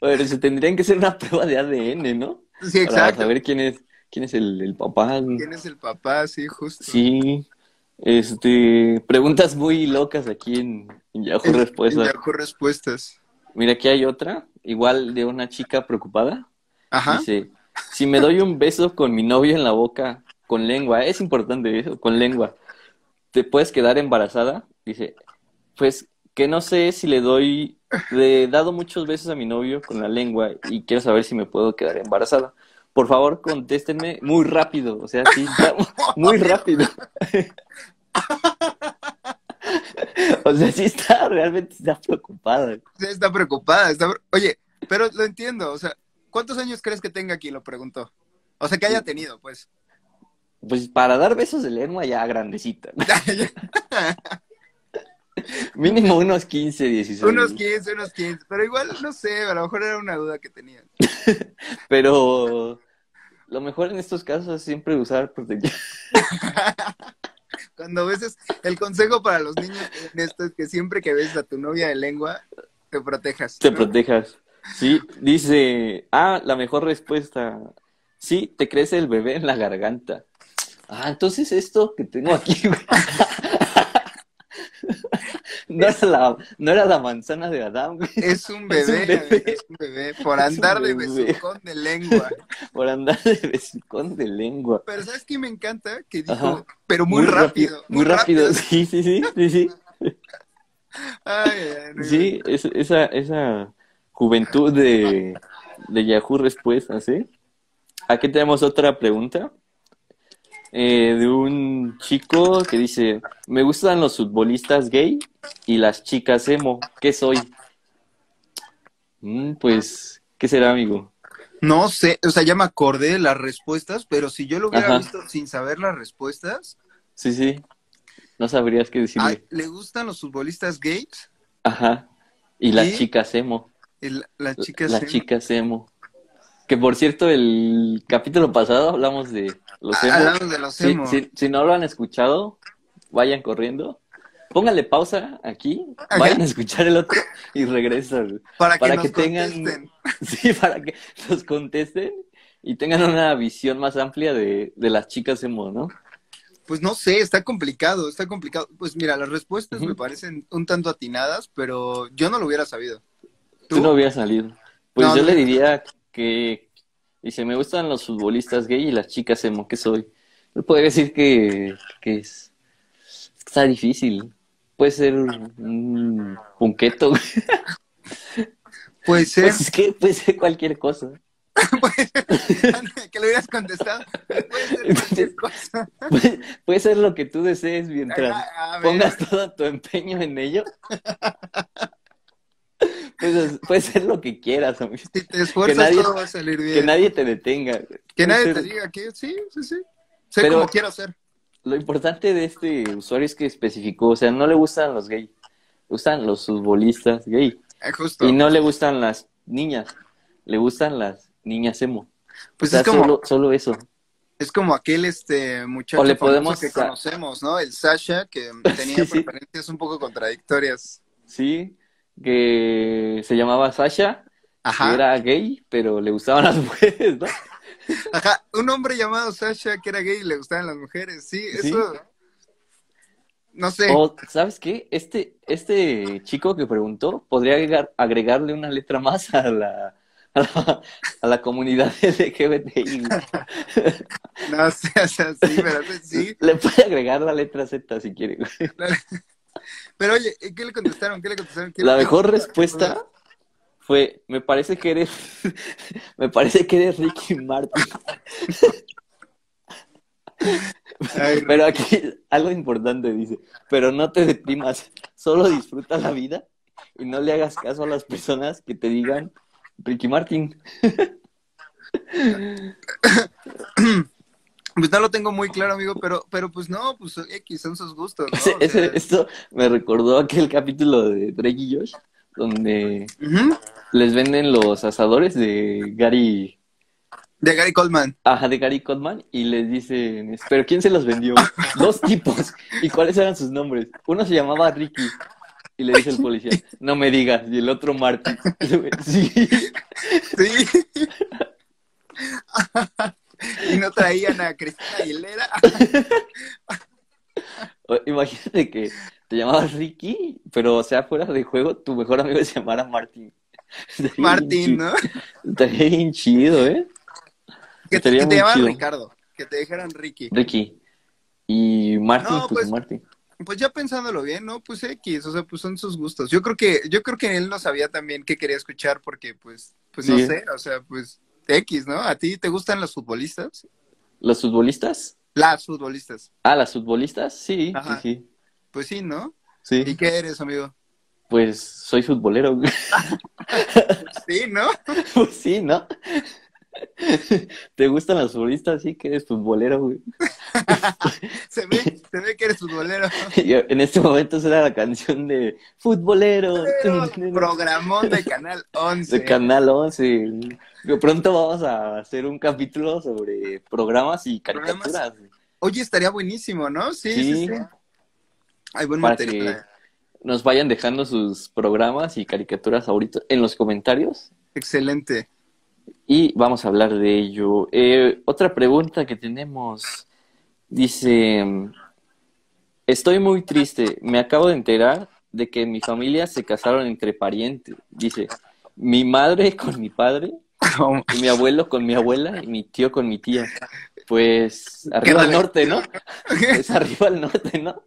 Speaker 1: pero se tendrían que hacer una prueba de ADN, ¿no?
Speaker 2: Sí,
Speaker 1: Para
Speaker 2: exacto.
Speaker 1: saber quién es, quién es el, el papá.
Speaker 2: ¿Quién es el papá? Sí, justo.
Speaker 1: Sí, este, preguntas muy locas aquí en, en Yahoo
Speaker 2: En-
Speaker 1: Respuestas.
Speaker 2: en Yahoo respuestas.
Speaker 1: Mira, aquí hay otra, igual de una chica preocupada.
Speaker 2: Ajá.
Speaker 1: Dice, si me doy un beso con mi novio en la boca, con lengua, es importante eso, con lengua, ¿te puedes quedar embarazada? Dice, pues que no sé si le doy, le he dado muchos besos a mi novio con la lengua y quiero saber si me puedo quedar embarazada. Por favor, contéstenme muy rápido. O sea, sí, ya, muy rápido. o sea, sí está, realmente está preocupada.
Speaker 2: Sí, Está preocupada. Está... pre- Oye, pero lo entiendo. O sea, ¿cuántos años crees que tenga aquí? Lo preguntó. O sea, que haya tenido, pues.
Speaker 1: Pues para dar besos de lengua ya grandecita. Mínimo unos 15, 16.
Speaker 2: unos 15, unos 15. Pero igual, no sé, a lo mejor era una duda que tenía.
Speaker 1: Pero lo mejor en estos casos es siempre usar protección.
Speaker 2: Cuando veces, el consejo para los niños en esto es que siempre que ves a tu novia de lengua, te protejas.
Speaker 1: Te protejas. Sí, dice, ah, la mejor respuesta. Sí, te crece el bebé en la garganta. Ah, entonces esto que tengo aquí, güey. No era, la, no era la manzana de Adán, güey,
Speaker 2: Es un
Speaker 1: Es un
Speaker 2: bebé, amigo, es un bebé,
Speaker 1: bebé.
Speaker 2: por
Speaker 1: Es un
Speaker 2: andar de
Speaker 1: bebé.
Speaker 2: besucón de lengua.
Speaker 1: por andar de besucón de lengua.
Speaker 2: Pero ¿sabes qué me encanta? Que dijo,
Speaker 1: Ajá.
Speaker 2: pero muy, rápido.
Speaker 1: Muy rápido, sí, sí, sí, sí, sí.
Speaker 2: Ay, ay, ay,
Speaker 1: Sí, es- esa, esa juventud de, de Yahoo Respuestas, ¿eh? Aquí tenemos otra pregunta eh, de un chico que dice, me gustan los futbolistas gay y las chicas emo, ¿qué soy? Mm, pues, ¿qué será, amigo?
Speaker 2: No sé, o sea, ya me acordé de las respuestas, pero si yo lo hubiera
Speaker 1: Ajá.
Speaker 2: visto sin saber las respuestas,
Speaker 1: Sí, sí, no sabrías qué decirle.
Speaker 2: ay, ¿le gustan los futbolistas gays?
Speaker 1: Ajá, y las
Speaker 2: ¿Y?
Speaker 1: chicas emo,
Speaker 2: El- las chicas
Speaker 1: las
Speaker 2: en-
Speaker 1: chicas emo. Que por cierto, el capítulo pasado hablamos de los emo.
Speaker 2: Ah, Hablamos de los
Speaker 1: Si,
Speaker 2: emo.
Speaker 1: si- si no lo han escuchado, vayan corriendo. Pónganle pausa aquí,
Speaker 2: Ajá.
Speaker 1: vayan a escuchar el otro y regresan.
Speaker 2: para que,
Speaker 1: para
Speaker 2: nos
Speaker 1: que tengan-
Speaker 2: contesten.
Speaker 1: Sí, para que nos contesten y tengan una visión más amplia de, de las chicas emo, ¿no?
Speaker 2: Pues no sé, está complicado, está complicado. Pues mira, las respuestas
Speaker 1: Ujú.
Speaker 2: me parecen un tanto atinadas, pero yo no lo hubiera sabido.
Speaker 1: ¿Tú?
Speaker 2: ¿Tú?
Speaker 1: no hubieras salido. Pues
Speaker 2: No,
Speaker 1: yo
Speaker 2: no.
Speaker 1: le diría que dice, me gustan los futbolistas gay y las chicas emo, que soy? No podría decir que, que es, es que está difícil. Puede ser un punqueto, güey.
Speaker 2: Puede ser
Speaker 1: Pues es que puede ser cualquier cosa.
Speaker 2: que lo hubieras contestado. Puede ser cualquier cosa. Ah,
Speaker 1: Puede, puede ser lo que tú desees mientras
Speaker 2: A- a ver,
Speaker 1: pongas todo tu empeño en ello. Pues, puede ser lo que quieras, amigo.
Speaker 2: si te esfuerzas,
Speaker 1: que nadie-
Speaker 2: todo va a salir bien.
Speaker 1: Que nadie te detenga.
Speaker 2: Que nadie
Speaker 1: Puede
Speaker 2: te
Speaker 1: ser-
Speaker 2: diga que sí, sí, sí. Sé
Speaker 1: Pero-
Speaker 2: como quiero ser.
Speaker 1: Lo importante de este usuario es que especificó, o sea, no le gustan los gays, le gustan los futbolistas gay.
Speaker 2: Eh, Justo.
Speaker 1: Y no le gustan las niñas, le gustan las niñas emo.
Speaker 2: pues
Speaker 1: o sea,
Speaker 2: es como,
Speaker 1: solo, solo eso.
Speaker 2: es como aquel este muchacho
Speaker 1: O le
Speaker 2: famoso
Speaker 1: podemos
Speaker 2: que
Speaker 1: sa-
Speaker 2: conocemos, ¿no? El Sasha, que tenía
Speaker 1: Sí, sí.
Speaker 2: preferencias un poco contradictorias.
Speaker 1: Sí, que se llamaba Sasha, que
Speaker 2: Ajá.
Speaker 1: era gay, pero le gustaban las mujeres, ¿no?
Speaker 2: Ajá, un hombre llamado Sasha que era gay y le gustaban las mujeres, sí,
Speaker 1: Sí.
Speaker 2: eso. No sé,
Speaker 1: O, ¿sabes qué? Este, este chico que preguntó podría agregar- agregarle una letra más a la, a la, a la comunidad LGBTI.
Speaker 2: no sé, o sea, sí, pero sí, sí.
Speaker 1: Le puede agregar la letra Z si quiere.
Speaker 2: Pero oye, ¿qué le contestaron? ¿Qué le contestaron? ¿Qué-
Speaker 1: La
Speaker 2: qué-
Speaker 1: mejor respuesta fue, me parece que eres, me parece que eres Ricky Martin.
Speaker 2: Ay,
Speaker 1: Pero aquí algo importante dice, pero no te deprimas, solo disfruta la vida y no le hagas caso a las personas que te digan Ricky Martin.
Speaker 2: Pues no lo tengo muy claro, amigo, pero, pero pues no, pues X son sus gustos, ¿no?
Speaker 1: Ese-
Speaker 2: O sea,
Speaker 1: ese- esto me recordó aquel capítulo de Drake y Josh, donde
Speaker 2: ujú,
Speaker 1: les venden los asadores de Gary
Speaker 2: De Gary Coleman.
Speaker 1: Ajá, de Gary Cotman y les dicen, pero ¿quién se los vendió? Dos tipos. ¿Y cuáles eran sus nombres? Uno se llamaba Ricky y le dice el policía, no me digas, y el otro Martin. Y se ve, Sí,
Speaker 2: Sí. y no traían a Cristina Aguilera.
Speaker 1: O- imagínate que te llamabas Ricky, pero o sea, fuera de juego, tu mejor amigo se llamara Martin. Estaría bien
Speaker 2: Martín,
Speaker 1: chido.
Speaker 2: ¿no?
Speaker 1: Estaría bien chido, ¿eh?
Speaker 2: Que, te-
Speaker 1: Estaría
Speaker 2: que te
Speaker 1: muy
Speaker 2: llamaban
Speaker 1: chido.
Speaker 2: Ricardo, que te dijeran Ricky.
Speaker 1: Ricky. Y Martin,
Speaker 2: No,
Speaker 1: pues,
Speaker 2: pues,
Speaker 1: Martin.
Speaker 2: Pues ya pensándolo bien, ¿no? Pues X, o sea, pues son sus gustos. Yo creo que, yo creo que él no sabía también qué quería escuchar porque, pues, pues no
Speaker 1: Sí.
Speaker 2: sé, o sea, pues X, ¿no? ¿A ti te gustan los futbolistas?
Speaker 1: ¿Los futbolistas?
Speaker 2: Las futbolistas.
Speaker 1: Ah, las futbolistas, sí,
Speaker 2: Ajá.
Speaker 1: sí,
Speaker 2: Pues sí, ¿no?
Speaker 1: sí.
Speaker 2: ¿Y
Speaker 1: sí.
Speaker 2: qué eres, amigo?
Speaker 1: Pues soy futbolero. güey.
Speaker 2: Sí, ¿no?
Speaker 1: Pues sí, ¿no? ¿Te gustan las futbolistas? Sí, que eres futbolero, güey.
Speaker 2: Se ve, se ve que eres futbolero.
Speaker 1: Yo- en este momento será la canción de Futbolero
Speaker 2: Pero programón de Canal 11.
Speaker 1: de Canal 11. De pronto vamos a hacer un capítulo sobre programas y
Speaker 2: Programas.
Speaker 1: caricaturas. güey.
Speaker 2: Oye, estaría buenísimo, ¿no? Sí, sí,
Speaker 1: Sí.
Speaker 2: sí. Hay buen
Speaker 1: Para
Speaker 2: material.
Speaker 1: Nos vayan dejando sus programas y caricaturas ahorita en los comentarios
Speaker 2: Excelente.
Speaker 1: y vamos a hablar de ello. Eh, otra pregunta que tenemos dice, estoy muy triste, me acabo de enterar de que en mi familia se casaron entre parientes. Dice, mi madre con mi padre
Speaker 2: ¿Cómo?
Speaker 1: y mi abuelo con mi abuela y mi tío con mi tía. Pues arriba al
Speaker 2: raro.
Speaker 1: norte, ¿no? Es arriba al norte, ¿no?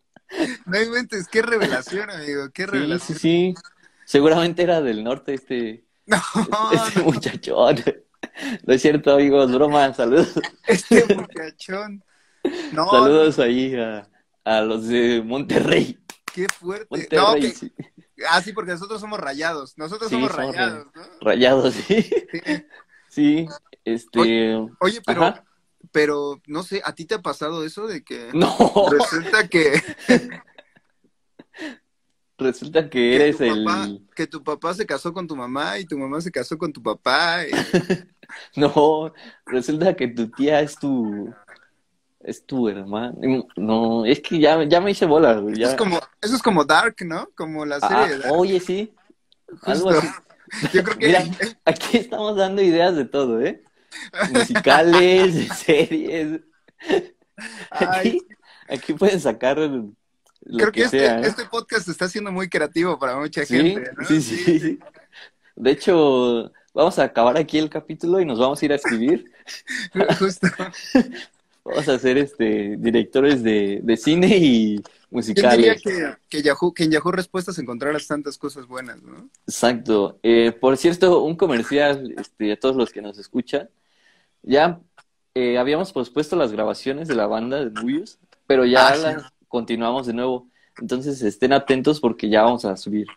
Speaker 2: No inventes, qué revelación, amigo, qué
Speaker 1: Sí, sí,
Speaker 2: revelación.
Speaker 1: sí. Seguramente era del norte este,
Speaker 2: No,
Speaker 1: este muchachón. No es cierto, amigos, broma. Saludos,
Speaker 2: este muchachón. No,
Speaker 1: saludos ahí a, a los de Monterrey.
Speaker 2: qué fuerte. no,
Speaker 1: Monterrey,
Speaker 2: que-
Speaker 1: sí.
Speaker 2: Ah, sí, porque nosotros somos rayados. Nosotros
Speaker 1: Sí,
Speaker 2: somos
Speaker 1: somos
Speaker 2: rayados, ¿no?
Speaker 1: rayados, sí. Sí, este.
Speaker 2: Oye, pero,
Speaker 1: Ajá.
Speaker 2: pero, no sé, ¿a ti te ha pasado eso de que
Speaker 1: No,
Speaker 2: resulta que,
Speaker 1: resulta que
Speaker 2: que,
Speaker 1: eres
Speaker 2: tu papá,
Speaker 1: el.
Speaker 2: que tu papá se casó con tu mamá y tu mamá se casó con tu papá? Eh, y-
Speaker 1: No, resulta que tu tía es tu. Es tu hermano. No, es que ya, ya me hice bola, güey.
Speaker 2: Eso
Speaker 1: Ya.
Speaker 2: es como, eso es como Dark, ¿no? Como la serie
Speaker 1: Ah,
Speaker 2: de Dark.
Speaker 1: oye, sí. Algo
Speaker 2: Justo.
Speaker 1: así.
Speaker 2: Yo creo que
Speaker 1: Mira, aquí estamos dando ideas de todo, ¿eh? Musicales, de series. Aquí,
Speaker 2: Ay.
Speaker 1: aquí pueden sacar lo
Speaker 2: creo
Speaker 1: que
Speaker 2: que este,
Speaker 1: sea. ¿eh?
Speaker 2: este podcast está siendo muy creativo para mucha
Speaker 1: ¿Sí?
Speaker 2: gente, ¿no?
Speaker 1: sí, sí, sí, De hecho, vamos a acabar aquí el capítulo y nos vamos a ir a escribir.
Speaker 2: Justo.
Speaker 1: Vamos a ser este directores de, de cine y
Speaker 2: ¿Quién diría
Speaker 1: musicales.
Speaker 2: que, que, Yahoo, que en Yahoo Respuestas encontraras tantas cosas buenas, ¿no?
Speaker 1: Exacto. Eh, por cierto, un comercial este, a todos los que nos escuchan. Ya eh, habíamos pospuesto las grabaciones de la banda de Muyos, pero ya
Speaker 2: Ah, sí.
Speaker 1: las continuamos de nuevo. Entonces estén atentos porque ya vamos a subir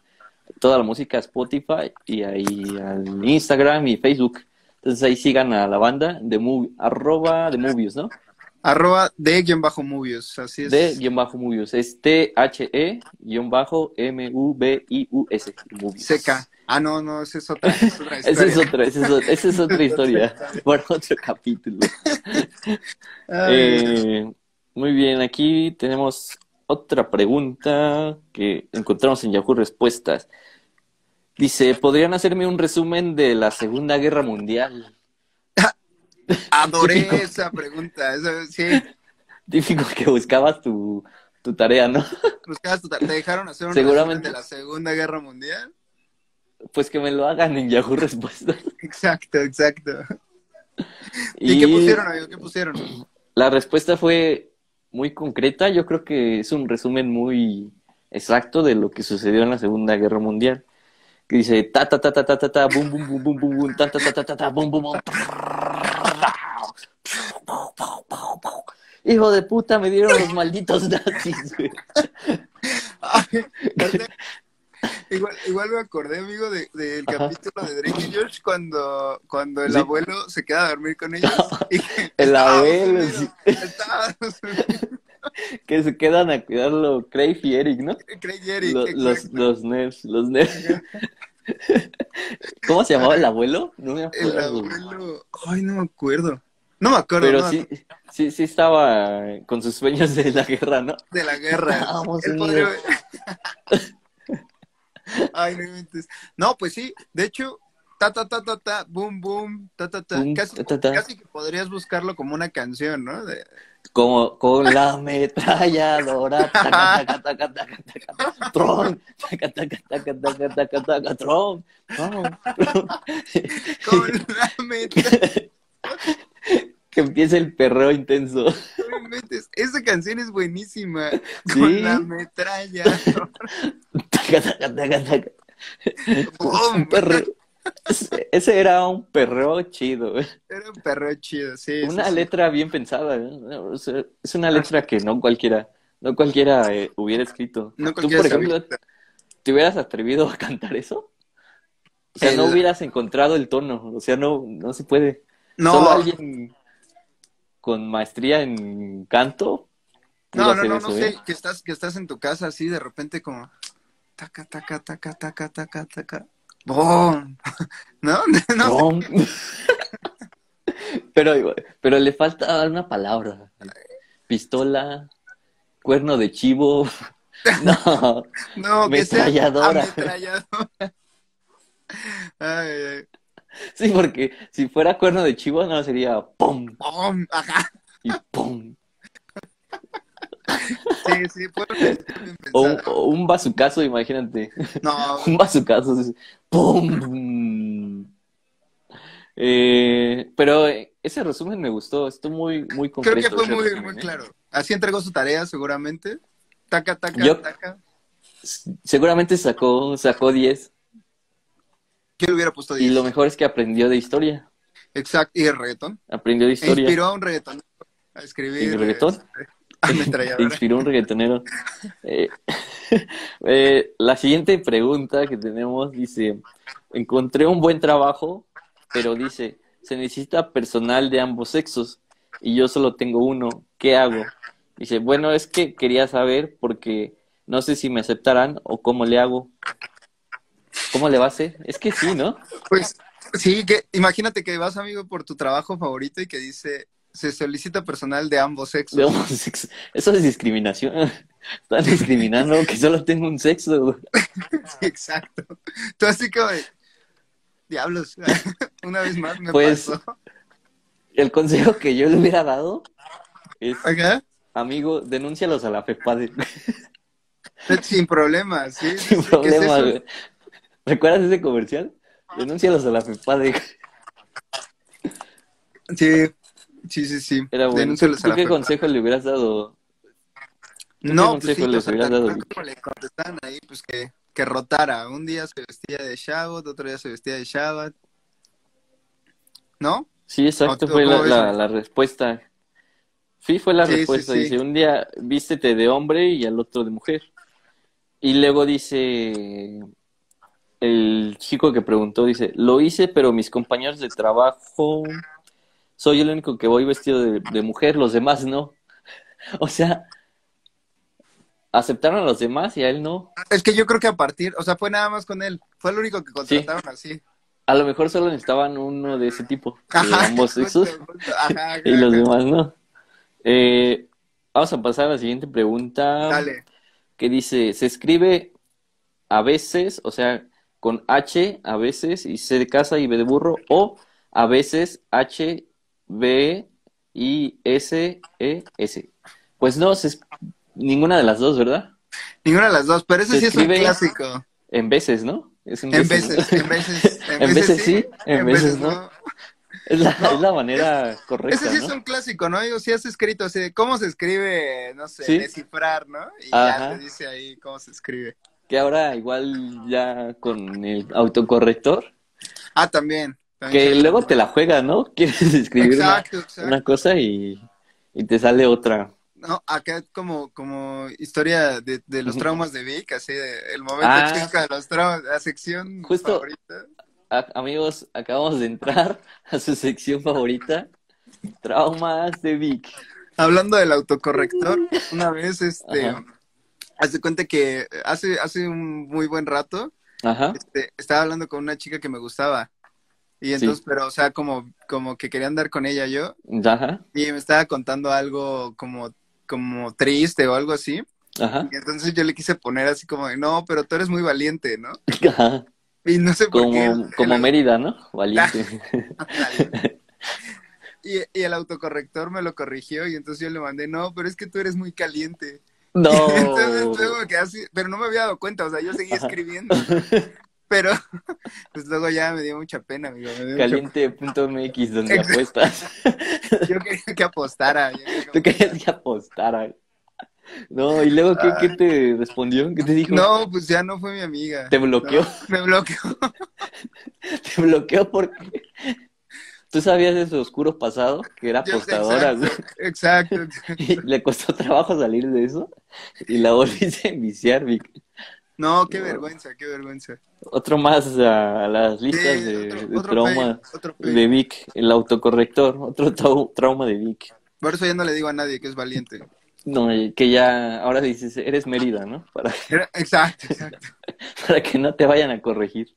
Speaker 1: toda la música a Spotify y ahí al Instagram y Facebook. Entonces ahí sigan a la banda de Mu- arroba de Movies, ¿no?
Speaker 2: Arroba de guión bajo movies, así es.
Speaker 1: De guión bajo Movies. Es T-H-E guión bajo M-U-B-I-U-S. Movies.
Speaker 2: Seca. Ah, no, no, esa es otra, es otra
Speaker 1: Esa
Speaker 2: historia.
Speaker 1: es otra, esa es otra, esa es otra historia para otro capítulo.
Speaker 2: Ay,
Speaker 1: Eh, muy bien, aquí tenemos otra pregunta que encontramos en Yahoo Respuestas. Dice, ¿podrían hacerme un resumen de la Segunda Guerra Mundial?
Speaker 2: adoré
Speaker 1: típico.
Speaker 2: esa pregunta. esa- sí,
Speaker 1: Típico que buscabas tu, tu tarea, ¿no?
Speaker 2: buscabas tu- te dejaron hacer un
Speaker 1: Seguramente.
Speaker 2: resumen de la Segunda Guerra Mundial.
Speaker 1: Pues que me lo hagan en Yahoo Respuestas.
Speaker 2: Exacto, exacto. ¿Y, qué pusieron, amigo? ¿Qué pusieron?
Speaker 1: La respuesta fue muy concreta. Yo creo que es un resumen muy exacto de lo que sucedió en la Segunda Guerra Mundial. Que dice ta ta ta ta ta ta ta bum bum bum bum bum bum ta ta ta ta ta ta bum bum bum. Hijo de puta, me dieron los malditos nazis. güey.
Speaker 2: Ahorita- Igual, igual me acordé, amigo, de- del
Speaker 1: Ajá.
Speaker 2: capítulo de Drake y George cuando, cuando el
Speaker 1: Sí.
Speaker 2: abuelo se queda a dormir con ellos. y que
Speaker 1: El
Speaker 2: Estados
Speaker 1: abuelo,
Speaker 2: Unidos,
Speaker 1: sí.
Speaker 2: Estados Unidos,
Speaker 1: Que se quedan a cuidarlo Crave y Eric, ¿no?
Speaker 2: Craig Eric,
Speaker 1: Lo- Los,
Speaker 2: exacto.
Speaker 1: los nerds, los nerds. ¿Cómo se llamaba el abuelo? No me
Speaker 2: El
Speaker 1: acuerdo.
Speaker 2: abuelo. Ay, no me acuerdo. No me acuerdo
Speaker 1: Pero
Speaker 2: no,
Speaker 1: sí, sí, sí estaba con sus sueños de la guerra, ¿no?
Speaker 2: de la guerra.
Speaker 1: Estados
Speaker 2: Él podría- Ay, no inventes. No, pues sí, de hecho, ta ta ta ta ta, boom boom, ta ta ta.
Speaker 1: Boom,
Speaker 2: casi,
Speaker 1: ta, ta.
Speaker 2: casi que podrías buscarlo como una canción, ¿no? De-
Speaker 1: Como con la ametralladora. taca, taca, taca, taca, taca, Tron. taca, taca, taca, taca, taca, taca, Tron. Tron, Tron.
Speaker 2: con la meta.
Speaker 1: Que empiece el perreo intenso.
Speaker 2: No inventes. Esa canción es buenísima.
Speaker 1: Sí.
Speaker 2: Con la metralla.
Speaker 1: Taca, taca, taca, taca.
Speaker 2: Boom.
Speaker 1: Un perreo, Ese- Ese era un perro chido, güey.
Speaker 2: Era un perro chido, sí.
Speaker 1: Una
Speaker 2: sí, Ah. sí.
Speaker 1: letra bien pensada, ¿eh? O sea, es una letra que no cualquiera, no cualquiera eh, hubiera escrito.
Speaker 2: No
Speaker 1: Tú,
Speaker 2: cualquiera
Speaker 1: por
Speaker 2: sabía.
Speaker 1: ejemplo, ¿te hubieras atrevido a cantar eso? O sea, no
Speaker 2: El-
Speaker 1: hubieras encontrado el tono, o sea, no, no se puede.
Speaker 2: No,
Speaker 1: Solo alguien con maestría en canto. pudo
Speaker 2: no, no,
Speaker 1: hacer
Speaker 2: no,
Speaker 1: eso,
Speaker 2: no
Speaker 1: ¿eh?
Speaker 2: sé, que estás, que estás en tu casa así de repente como taca, taca, taca, taca, taca, taca. ¡Bom! ¿No? No, sé.
Speaker 1: No. pero, pero le falta una palabra. Pistola, cuerno de chivo. No,
Speaker 2: no, que sea
Speaker 1: Ametralladora.
Speaker 2: ametralladora. Ay, ay,
Speaker 1: sí, porque si fuera cuerno de chivo, no sería pum
Speaker 2: ¡Bom! Ajá.
Speaker 1: y pum.
Speaker 2: Sí, sí, puedo
Speaker 1: O, un- o un bazucazo, imagínate.
Speaker 2: No,
Speaker 1: Oh, Un bazucazo. es Pum. bum. Eh, pero eh, ese resumen me gustó. Estuvo muy, muy
Speaker 2: creo
Speaker 1: completo.
Speaker 2: que fue
Speaker 1: ese
Speaker 2: muy,
Speaker 1: resumen,
Speaker 2: muy
Speaker 1: ¿eh?
Speaker 2: claro. Así entregó su tarea seguramente. Taca, taca,
Speaker 1: Yo-
Speaker 2: taca.
Speaker 1: Seguramente sacó, sacó 10.
Speaker 2: Yo le hubiera puesto
Speaker 1: Y
Speaker 2: 10.
Speaker 1: lo mejor es que aprendió de historia.
Speaker 2: Exacto. Y el reggaetón.
Speaker 1: Aprendió de
Speaker 2: E
Speaker 1: historia.
Speaker 2: Inspiró a un reggaetón a
Speaker 1: ¿Y
Speaker 2: escribir.
Speaker 1: el reggaetón? Te
Speaker 2: Ametralladora.
Speaker 1: inspiró un reggaetonero. Eh, eh, la siguiente pregunta que tenemos dice, encontré un buen trabajo, pero dice, se necesita personal de ambos sexos y yo solo tengo uno, ¿qué hago? Dice, bueno, es que quería saber porque no sé si me aceptarán o cómo le hago. ¿Cómo le va a hacer? Es que sí, ¿no?
Speaker 2: Pues sí, que imagínate que vas, amigo, por tu trabajo favorito y que dice, se solicita personal de ambos sexos.
Speaker 1: de homosexu- Eso es discriminación. Están discriminando que solo tengo un sexo.
Speaker 2: Sí, exacto. Tú así como de, diablos, una vez más me
Speaker 1: Pues-
Speaker 2: pasó.
Speaker 1: El consejo que yo le hubiera dado es,
Speaker 2: Ajá.
Speaker 1: amigo, denúncialos a la FEPADE.
Speaker 2: Sin problemas, sí. sí,
Speaker 1: Sin
Speaker 2: sí, ¿qué es
Speaker 1: problema.
Speaker 2: eso?
Speaker 1: güey. ¿Recuerdas ese comercial? Denúncialos a la FEPADE.
Speaker 2: Sí, sí, sí, sí.
Speaker 1: Era bueno.
Speaker 2: Denúncialos a
Speaker 1: ¿Tú
Speaker 2: la
Speaker 1: qué
Speaker 2: FEPAD.
Speaker 1: consejo le hubieras dado?
Speaker 2: No,
Speaker 1: qué
Speaker 2: pues sí,
Speaker 1: consejo les
Speaker 2: o sea,
Speaker 1: hubieras
Speaker 2: tal
Speaker 1: dado,
Speaker 2: cual
Speaker 1: Vic?
Speaker 2: como le contestaban ahí, pues que, que rotara. Un día se vestía de Shabbat, otro día se vestía de Shabbat. ¿No?
Speaker 1: Sí, exacto,
Speaker 2: ¿O tú
Speaker 1: fue la,
Speaker 2: cómo ves,
Speaker 1: la-
Speaker 2: güey?
Speaker 1: la respuesta. Sí, fue la
Speaker 2: Sí, sí,
Speaker 1: respuesta.
Speaker 2: sí.
Speaker 1: Dice, un día vístete de hombre y al otro de mujer. Y luego dice, el chico que preguntó, dice, lo hice, pero mis compañeros de trabajo, soy el único que voy vestido de, de mujer, los demás no. O sea, aceptaron a los demás y a él no.
Speaker 2: Es que yo creo que a partir, o sea, fue nada más con él. Fue el único que contrataron así.
Speaker 1: A lo mejor solo necesitaban uno de ese tipo, de ambos
Speaker 2: justo,
Speaker 1: sexos.
Speaker 2: justo, Ajá,
Speaker 1: y los
Speaker 2: ajá.
Speaker 1: demás no. Eh, vamos a pasar a la siguiente pregunta.
Speaker 2: Dale.
Speaker 1: Que dice, se escribe a veces, o sea, con H a veces y C de casa y B de burro, o a veces H, B, I, S, E, S. Pues no, se es- ninguna de las dos, ¿verdad?
Speaker 2: Ninguna de las dos, pero ese
Speaker 1: Se
Speaker 2: sí es un
Speaker 1: escribe-
Speaker 2: clásico.
Speaker 1: En veces, ¿no? Es
Speaker 2: En
Speaker 1: ¿no?
Speaker 2: veces, en veces, en,
Speaker 1: En veces sí, en, veces, no. Es, la,
Speaker 2: No,
Speaker 1: es la manera correcta,
Speaker 2: Ese sí es
Speaker 1: ¿no?
Speaker 2: un clásico, ¿no? Digo, si has escrito así de cómo se escribe, no sé,
Speaker 1: Sí.
Speaker 2: descifrar, ¿no? Y
Speaker 1: Ajá.
Speaker 2: ya te dice ahí cómo se escribe.
Speaker 1: Que ahora igual ya con el autocorrector
Speaker 2: Ah, también. también
Speaker 1: Que
Speaker 2: se-
Speaker 1: luego te la juega, ¿no? Quieres escribir una-
Speaker 2: Exacto,
Speaker 1: una,
Speaker 2: exacto.
Speaker 1: cosa y, y te sale otra.
Speaker 2: No, acá como, como historia de, de los
Speaker 1: Ujú.
Speaker 2: traumas de Vic, así de el momento
Speaker 1: Ah.
Speaker 2: chico de los traumas, la sección
Speaker 1: Justo.
Speaker 2: favorita.
Speaker 1: A- amigos, acabamos de entrar a su sección favorita, Traumas de Vic.
Speaker 2: Hablando del autocorrector, una vez este
Speaker 1: Ajá.
Speaker 2: hace cuenta que hace, hace un muy buen rato
Speaker 1: Ajá.
Speaker 2: este, estaba hablando con una chica que me gustaba. Y entonces,
Speaker 1: Ah. Sí.
Speaker 2: pero, o sea, como, como que quería andar con ella yo,
Speaker 1: Ajá.
Speaker 2: y me estaba contando algo como, como triste o algo así.
Speaker 1: Ajá.
Speaker 2: Y entonces yo le quise poner así como de, no, pero tú eres muy valiente, ¿no?
Speaker 1: Ajá.
Speaker 2: Y no sé por qué.
Speaker 1: Como,
Speaker 2: el-
Speaker 1: como
Speaker 2: el-
Speaker 1: Mérida, ¿no? Valiente.
Speaker 2: y, y el autocorrector me lo corrigió, y entonces yo le mandé, no, pero es que tú eres muy caliente.
Speaker 1: No.
Speaker 2: Entonces luego que así, pero no me había dado cuenta, o sea, yo seguía
Speaker 1: Ajá.
Speaker 2: escribiendo. Pero pues luego ya me dio mucha pena, amigo. me dio mucha
Speaker 1: Caliente.mx, donde
Speaker 2: Exacto.
Speaker 1: apuestas.
Speaker 2: Yo quería que apostara. yo quería que
Speaker 1: Tú
Speaker 2: apostara.
Speaker 1: querías que apostara. No, y luego, ¿qué, qué te respondió? ¿Qué te dijo?
Speaker 2: Ah. No, pues ya no fue mi amiga.
Speaker 1: ¿Te bloqueó?
Speaker 2: No, me bloqueó.
Speaker 1: Te bloqueó porque... ¿Tú sabías de su oscuro pasado? Que era
Speaker 2: Yo-
Speaker 1: apostadora, güey.
Speaker 2: Exacto. exacto.
Speaker 1: Y le costó trabajo salir de eso. Y la volviste a enviciar, Vic.
Speaker 2: No, qué vergüenza, qué vergüenza.
Speaker 1: Otro más a, a las listas
Speaker 2: Sí,
Speaker 1: de,
Speaker 2: otro-
Speaker 1: de
Speaker 2: otro
Speaker 1: trauma
Speaker 2: fail, otro fail.
Speaker 1: de Vic. El autocorrector. Otro trau- trauma de Vic.
Speaker 2: Por eso ya no le digo a nadie que es valiente.
Speaker 1: No, y que ya... Ahora dices, eres Mérida, ¿no? Para,
Speaker 2: Era- Exacto, exacto.
Speaker 1: para que no te vayan a corregir.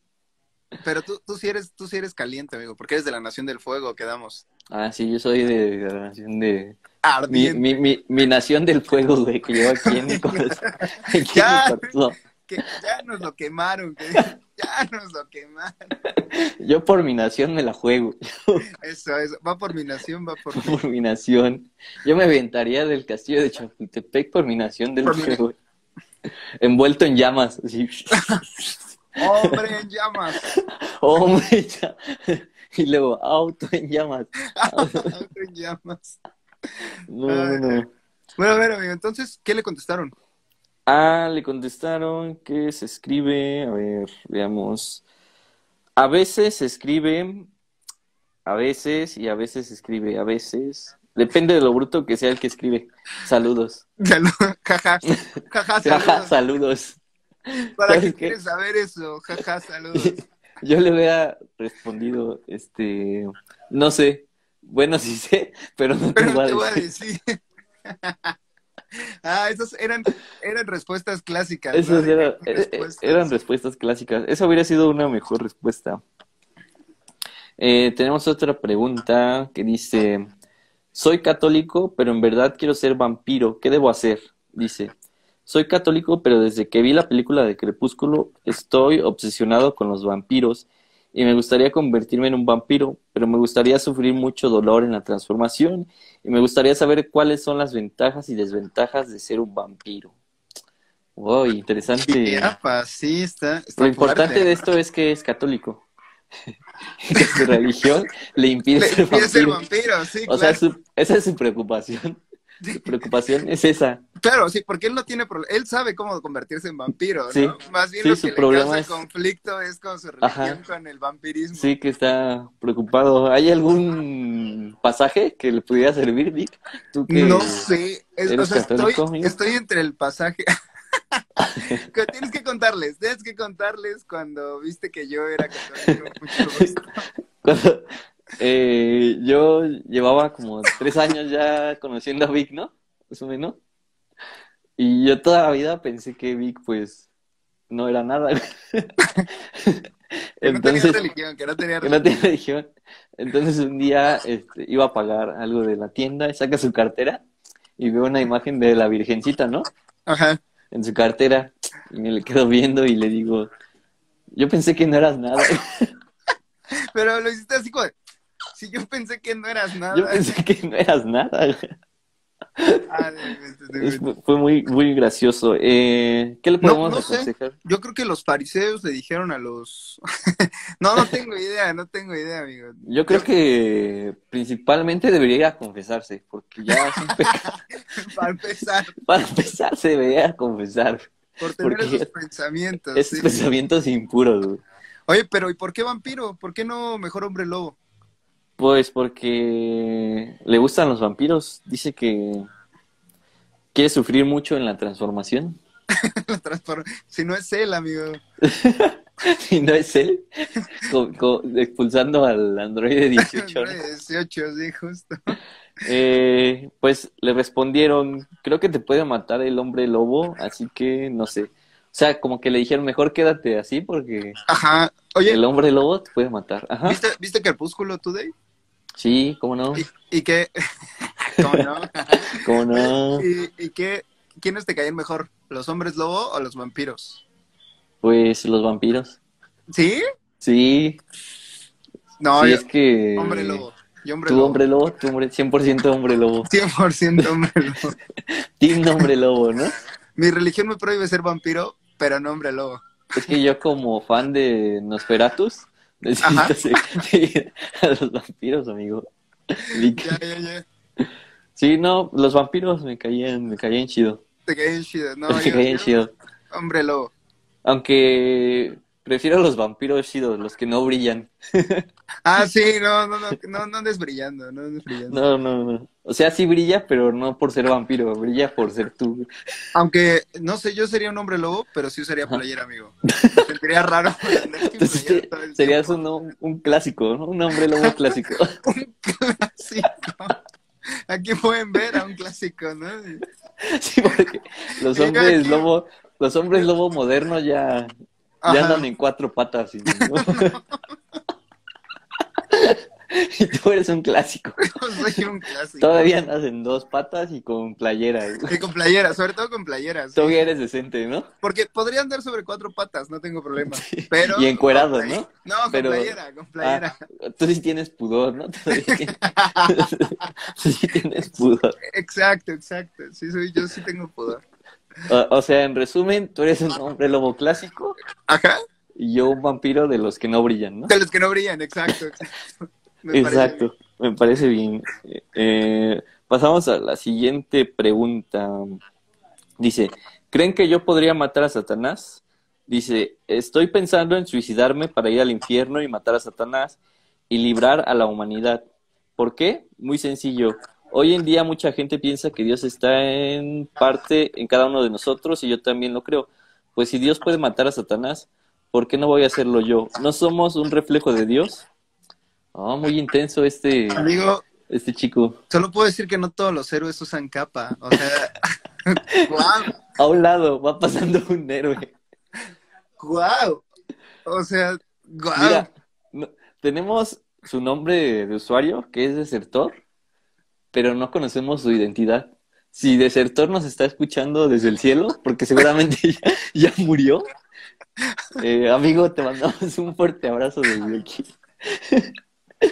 Speaker 2: Pero tú, tú sí eres, tú sí eres caliente, amigo, porque eres de la nación del fuego, quedamos.
Speaker 1: Ah, sí, yo soy de, de la nación de... Mi,
Speaker 2: Ardiente.
Speaker 1: mi, mi, mi nación del fuego, güey, que llevo aquí en mi corazón. Aquí en mi
Speaker 2: Ya.
Speaker 1: corazón.
Speaker 2: Que ya nos lo quemaron, que ya nos lo quemaron.
Speaker 1: Yo por mi nación me la juego.
Speaker 2: Eso, eso. Va por mi nación, va por mí.
Speaker 1: Por mi nación. Yo me aventaría del castillo de Chapultepec por mi nación del
Speaker 2: Por mi-
Speaker 1: fuego. Envuelto en llamas. así.
Speaker 2: Hombre en llamas.
Speaker 1: Oh, Hombre, ya. Y luego, auto en llamas.
Speaker 2: Hombre en llamas.
Speaker 1: No, no, no.
Speaker 2: Bueno, a ver, amigo, entonces, ¿qué le contestaron?
Speaker 1: Ah, le contestaron que se escribe, a ver, veamos. A veces se escribe, a veces y a veces se escribe, a veces. Depende de lo bruto que sea el que escribe. Saludos.
Speaker 2: Salud- Jaja. Jaja,
Speaker 1: Jaja,
Speaker 2: Ah, saludos.
Speaker 1: saludos.
Speaker 2: ¿Para
Speaker 1: ¿sabes
Speaker 2: qué
Speaker 1: qué?
Speaker 2: quieres saber eso? Jaja, saludos.
Speaker 1: Yo le hubiera respondido, este, no sé. Bueno, sí sé, pero no te
Speaker 2: Pero
Speaker 1: voy a
Speaker 2: te voy a
Speaker 1: decir.
Speaker 2: decir. ah, esas eran, eran respuestas clásicas. ¿no?
Speaker 1: Esas
Speaker 2: De-
Speaker 1: eran,
Speaker 2: respuestas.
Speaker 1: eh, eran respuestas clásicas. Esa hubiera sido una mejor respuesta. Eh, tenemos otra pregunta que dice, soy católico, pero en verdad quiero ser vampiro. ¿Qué debo hacer? Dice, soy católico, pero desde que vi la película de Crepúsculo estoy obsesionado con los vampiros y me gustaría convertirme en un vampiro, pero me gustaría sufrir mucho dolor en la transformación y me gustaría saber cuáles son las ventajas y desventajas de ser un vampiro. Wow, interesante.
Speaker 2: Yapa, sí, está. está
Speaker 1: Lo importante
Speaker 2: fuerte.
Speaker 1: de esto es que es católico. que su religión le impide
Speaker 2: Le-
Speaker 1: ser
Speaker 2: empieza el
Speaker 1: vampiro.
Speaker 2: vampiro, sí,
Speaker 1: O
Speaker 2: claro.
Speaker 1: sea, su- esa es su preocupación. Su preocupación es esa.
Speaker 2: Claro, sí, porque él no tiene problema. Él sabe cómo convertirse en vampiro, ¿no?
Speaker 1: Sí.
Speaker 2: Más bien
Speaker 1: Sí,
Speaker 2: lo
Speaker 1: su
Speaker 2: que le
Speaker 1: problema
Speaker 2: causa
Speaker 1: es-
Speaker 2: conflicto es con su religión,
Speaker 1: Ajá.
Speaker 2: con el vampirismo.
Speaker 1: Sí que está preocupado. ¿Hay algún pasaje que le pudiera servir, Vic? ¿Tú que-
Speaker 2: No sé, es- o
Speaker 1: ¿Eres
Speaker 2: sea, estoy,
Speaker 1: católico, amigo?
Speaker 2: estoy entre el pasaje. Que tienes que contarles, tienes que contarles cuando viste que yo era católico. mucho gusto.
Speaker 1: Cuando- eh, yo llevaba como tres años ya conociendo a Vic, ¿no? Más o menos. Y yo toda la vida pensé que Vic, pues, no era nada.
Speaker 2: Que no tenía
Speaker 1: Entonces,
Speaker 2: religión, que no tenía
Speaker 1: que no
Speaker 2: religión.
Speaker 1: tiene religión. Entonces un día este, iba a pagar algo de la tienda, saca su cartera y veo una imagen de la Virgencita, ¿no?
Speaker 2: Ajá.
Speaker 1: En su cartera y me le quedo viendo y le digo, yo pensé que no eras nada,
Speaker 2: Pero lo hiciste así como. Si yo pensé que no eras nada.
Speaker 1: yo pensé que no eras nada.
Speaker 2: Ah, de repente, de
Speaker 1: Es-
Speaker 2: repente.
Speaker 1: fue muy, muy gracioso. Eh, ¿Qué le podemos
Speaker 2: No, no sé.
Speaker 1: aconsejar?
Speaker 2: Yo creo que los fariseos le dijeron a los. no, no tengo idea, no tengo idea, amigo.
Speaker 1: Yo creo que principalmente debería ir a confesarse, porque ya es un pecado.
Speaker 2: Para empezar,
Speaker 1: Para empezar, se debería confesar.
Speaker 2: por tener
Speaker 1: Porque
Speaker 2: esos pensamientos.
Speaker 1: Es
Speaker 2: Pues
Speaker 1: pues
Speaker 2: sí.
Speaker 1: pensamientos impuros, güey.
Speaker 2: Oye, pero ¿y por qué vampiro? ¿Por qué no mejor hombre lobo?
Speaker 1: Pues porque le gustan los vampiros. Dice que quiere sufrir mucho en la transformación.
Speaker 2: Lo transforma- si no es él, amigo.
Speaker 1: Si no es él, co- co- expulsando al androide 18. ¿no?
Speaker 2: 18, sí, justo.
Speaker 1: Eh, pues le respondieron, creo que te puede matar el hombre lobo, así que no sé. O sea, como que le dijeron, mejor quédate así porque
Speaker 2: Ajá. Oye,
Speaker 1: el hombre lobo te puede matar. Ajá.
Speaker 2: ¿viste, ¿viste Crepúsculo Today?
Speaker 1: Sí, cómo no,
Speaker 2: ¿Y, y qué? ¿Cómo no?
Speaker 1: cómo no.
Speaker 2: ¿Y, y qué? ¿Quiénes te caían mejor? ¿Los hombres lobo o los vampiros?
Speaker 1: Pues los vampiros.
Speaker 2: ¿Sí?
Speaker 1: Sí,
Speaker 2: No,
Speaker 1: sí,
Speaker 2: yo-
Speaker 1: es que...
Speaker 2: hombre lobo. Y hombre
Speaker 1: Tu
Speaker 2: lobo.
Speaker 1: hombre lobo, tu hombre, 100% hombre lobo.
Speaker 2: 100% hombre lobo.
Speaker 1: Team hombre lobo, ¿no?
Speaker 2: Mi religión me prohíbe ser vampiro, pero no hombre lobo.
Speaker 1: Es que yo como fan de Nosferatus, necesito
Speaker 2: Ajá.
Speaker 1: seguir a los vampiros, amigo.
Speaker 2: Ya, ya, ya.
Speaker 1: Sí, no, los vampiros me caían, me caían chido.
Speaker 2: te caían chidas, no.
Speaker 1: Te
Speaker 2: yo-
Speaker 1: caían
Speaker 2: yo-
Speaker 1: chido.
Speaker 2: Hombre lobo.
Speaker 1: Aunque prefiero los vampiros chidos, los que no brillan.
Speaker 2: Ah, sí, no, no, no, no, no andes brillando, no andes brillando.
Speaker 1: No, no, no. O sea, sí brilla, pero no por ser vampiro, brilla por ser tú.
Speaker 2: Aunque, no sé, yo sería un hombre lobo, pero sí usaría playera, amigo. Me sentiría raro andar sin
Speaker 1: Entonces este
Speaker 2: playera todo pues, el
Speaker 1: serías
Speaker 2: tiempo.
Speaker 1: un, un clásico, ¿no? Un hombre lobo clásico.
Speaker 2: clásico. Aquí pueden ver a un clásico, ¿no?
Speaker 1: Sí, porque los
Speaker 2: Mira
Speaker 1: hombres
Speaker 2: aquí.
Speaker 1: lobo, los hombres lobo modernos ya, ya
Speaker 2: Ajá.
Speaker 1: andan en cuatro patas. Y, ¿no? Y tú eres un clásico.
Speaker 2: Yo soy un clásico.
Speaker 1: Todavía andas en dos patas y con playera. güey.
Speaker 2: Y con playera, sobre todo con playeras.
Speaker 1: Todavía eres decente, ¿no?
Speaker 2: Porque podría andar sobre cuatro patas, no tengo problema. Pero,
Speaker 1: Y encuerado,
Speaker 2: con play-
Speaker 1: ¿no?
Speaker 2: No, con
Speaker 1: Pero-
Speaker 2: playera, con playera.
Speaker 1: Ah, tú sí tienes pudor, ¿no? Todavía tienes- Tú sí tienes pudor.
Speaker 2: Exacto, exacto. Sí, soy, yo sí tengo pudor.
Speaker 1: O, o sea, en resumen, tú eres un hombre lobo clásico
Speaker 2: Ajá.
Speaker 1: y yo un vampiro de los que no brillan, ¿no?
Speaker 2: De los que no brillan, exacto. exacto. Me parece bien.
Speaker 1: Exacto, me parece bien. Eh, pasamos a la siguiente pregunta. Dice, ¿creen que yo podría matar a Satanás? Dice, estoy pensando en suicidarme para ir al infierno y matar a Satanás y librar a la humanidad. ¿Por qué? Muy sencillo. Hoy en día mucha gente piensa que Dios está en parte en cada uno de nosotros y yo también lo creo. Pues si Dios puede matar a Satanás, ¿por qué no voy a hacerlo yo? ¿No somos un reflejo de Dios? Ah, muy intenso este,
Speaker 2: Amigo,
Speaker 1: este chico.
Speaker 2: solo puedo decir que no todos los héroes usan capa. O sea, guau,
Speaker 1: A un lado va pasando un héroe.
Speaker 2: guau. O sea, guau.
Speaker 1: Mira, no- tenemos su nombre de usuario, que es Desertor, pero no conocemos su identidad. Si Desertor nos está escuchando desde el cielo, porque seguramente ya, ya murió, eh, amigo, te mandamos un fuerte abrazo desde aquí. Eh,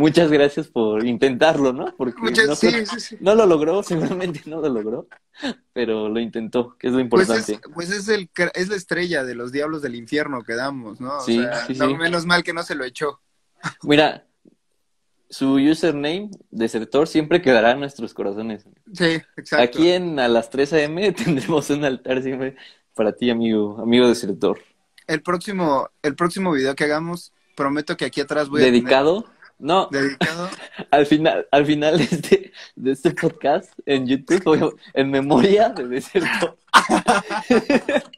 Speaker 1: Muchas gracias por intentarlo, ¿no? Porque
Speaker 2: Muchas-
Speaker 1: no,
Speaker 2: sí, sí, sí.
Speaker 1: no lo logró, seguramente no lo logró, pero lo intentó, que es lo
Speaker 2: Pues es,
Speaker 1: importante.
Speaker 2: pues es el cra- es la estrella de los diablos del infierno que damos, ¿no? O
Speaker 1: Sí,
Speaker 2: sea,
Speaker 1: sí,
Speaker 2: no,
Speaker 1: sí.
Speaker 2: menos mal que no se lo echó.
Speaker 1: Mira, su username, Desertor, siempre quedará en nuestros corazones.
Speaker 2: Sí, exacto.
Speaker 1: Aquí en a las 3 a.m. tendremos un altar siempre para ti, amigo, amigo Desertor.
Speaker 2: El próximo, el próximo video que hagamos, prometo que aquí atrás voy a
Speaker 1: Dedicado. No,
Speaker 2: tener- dedicado.
Speaker 1: al final, al final de este, de este podcast en YouTube, voy a- en memoria de Desertor.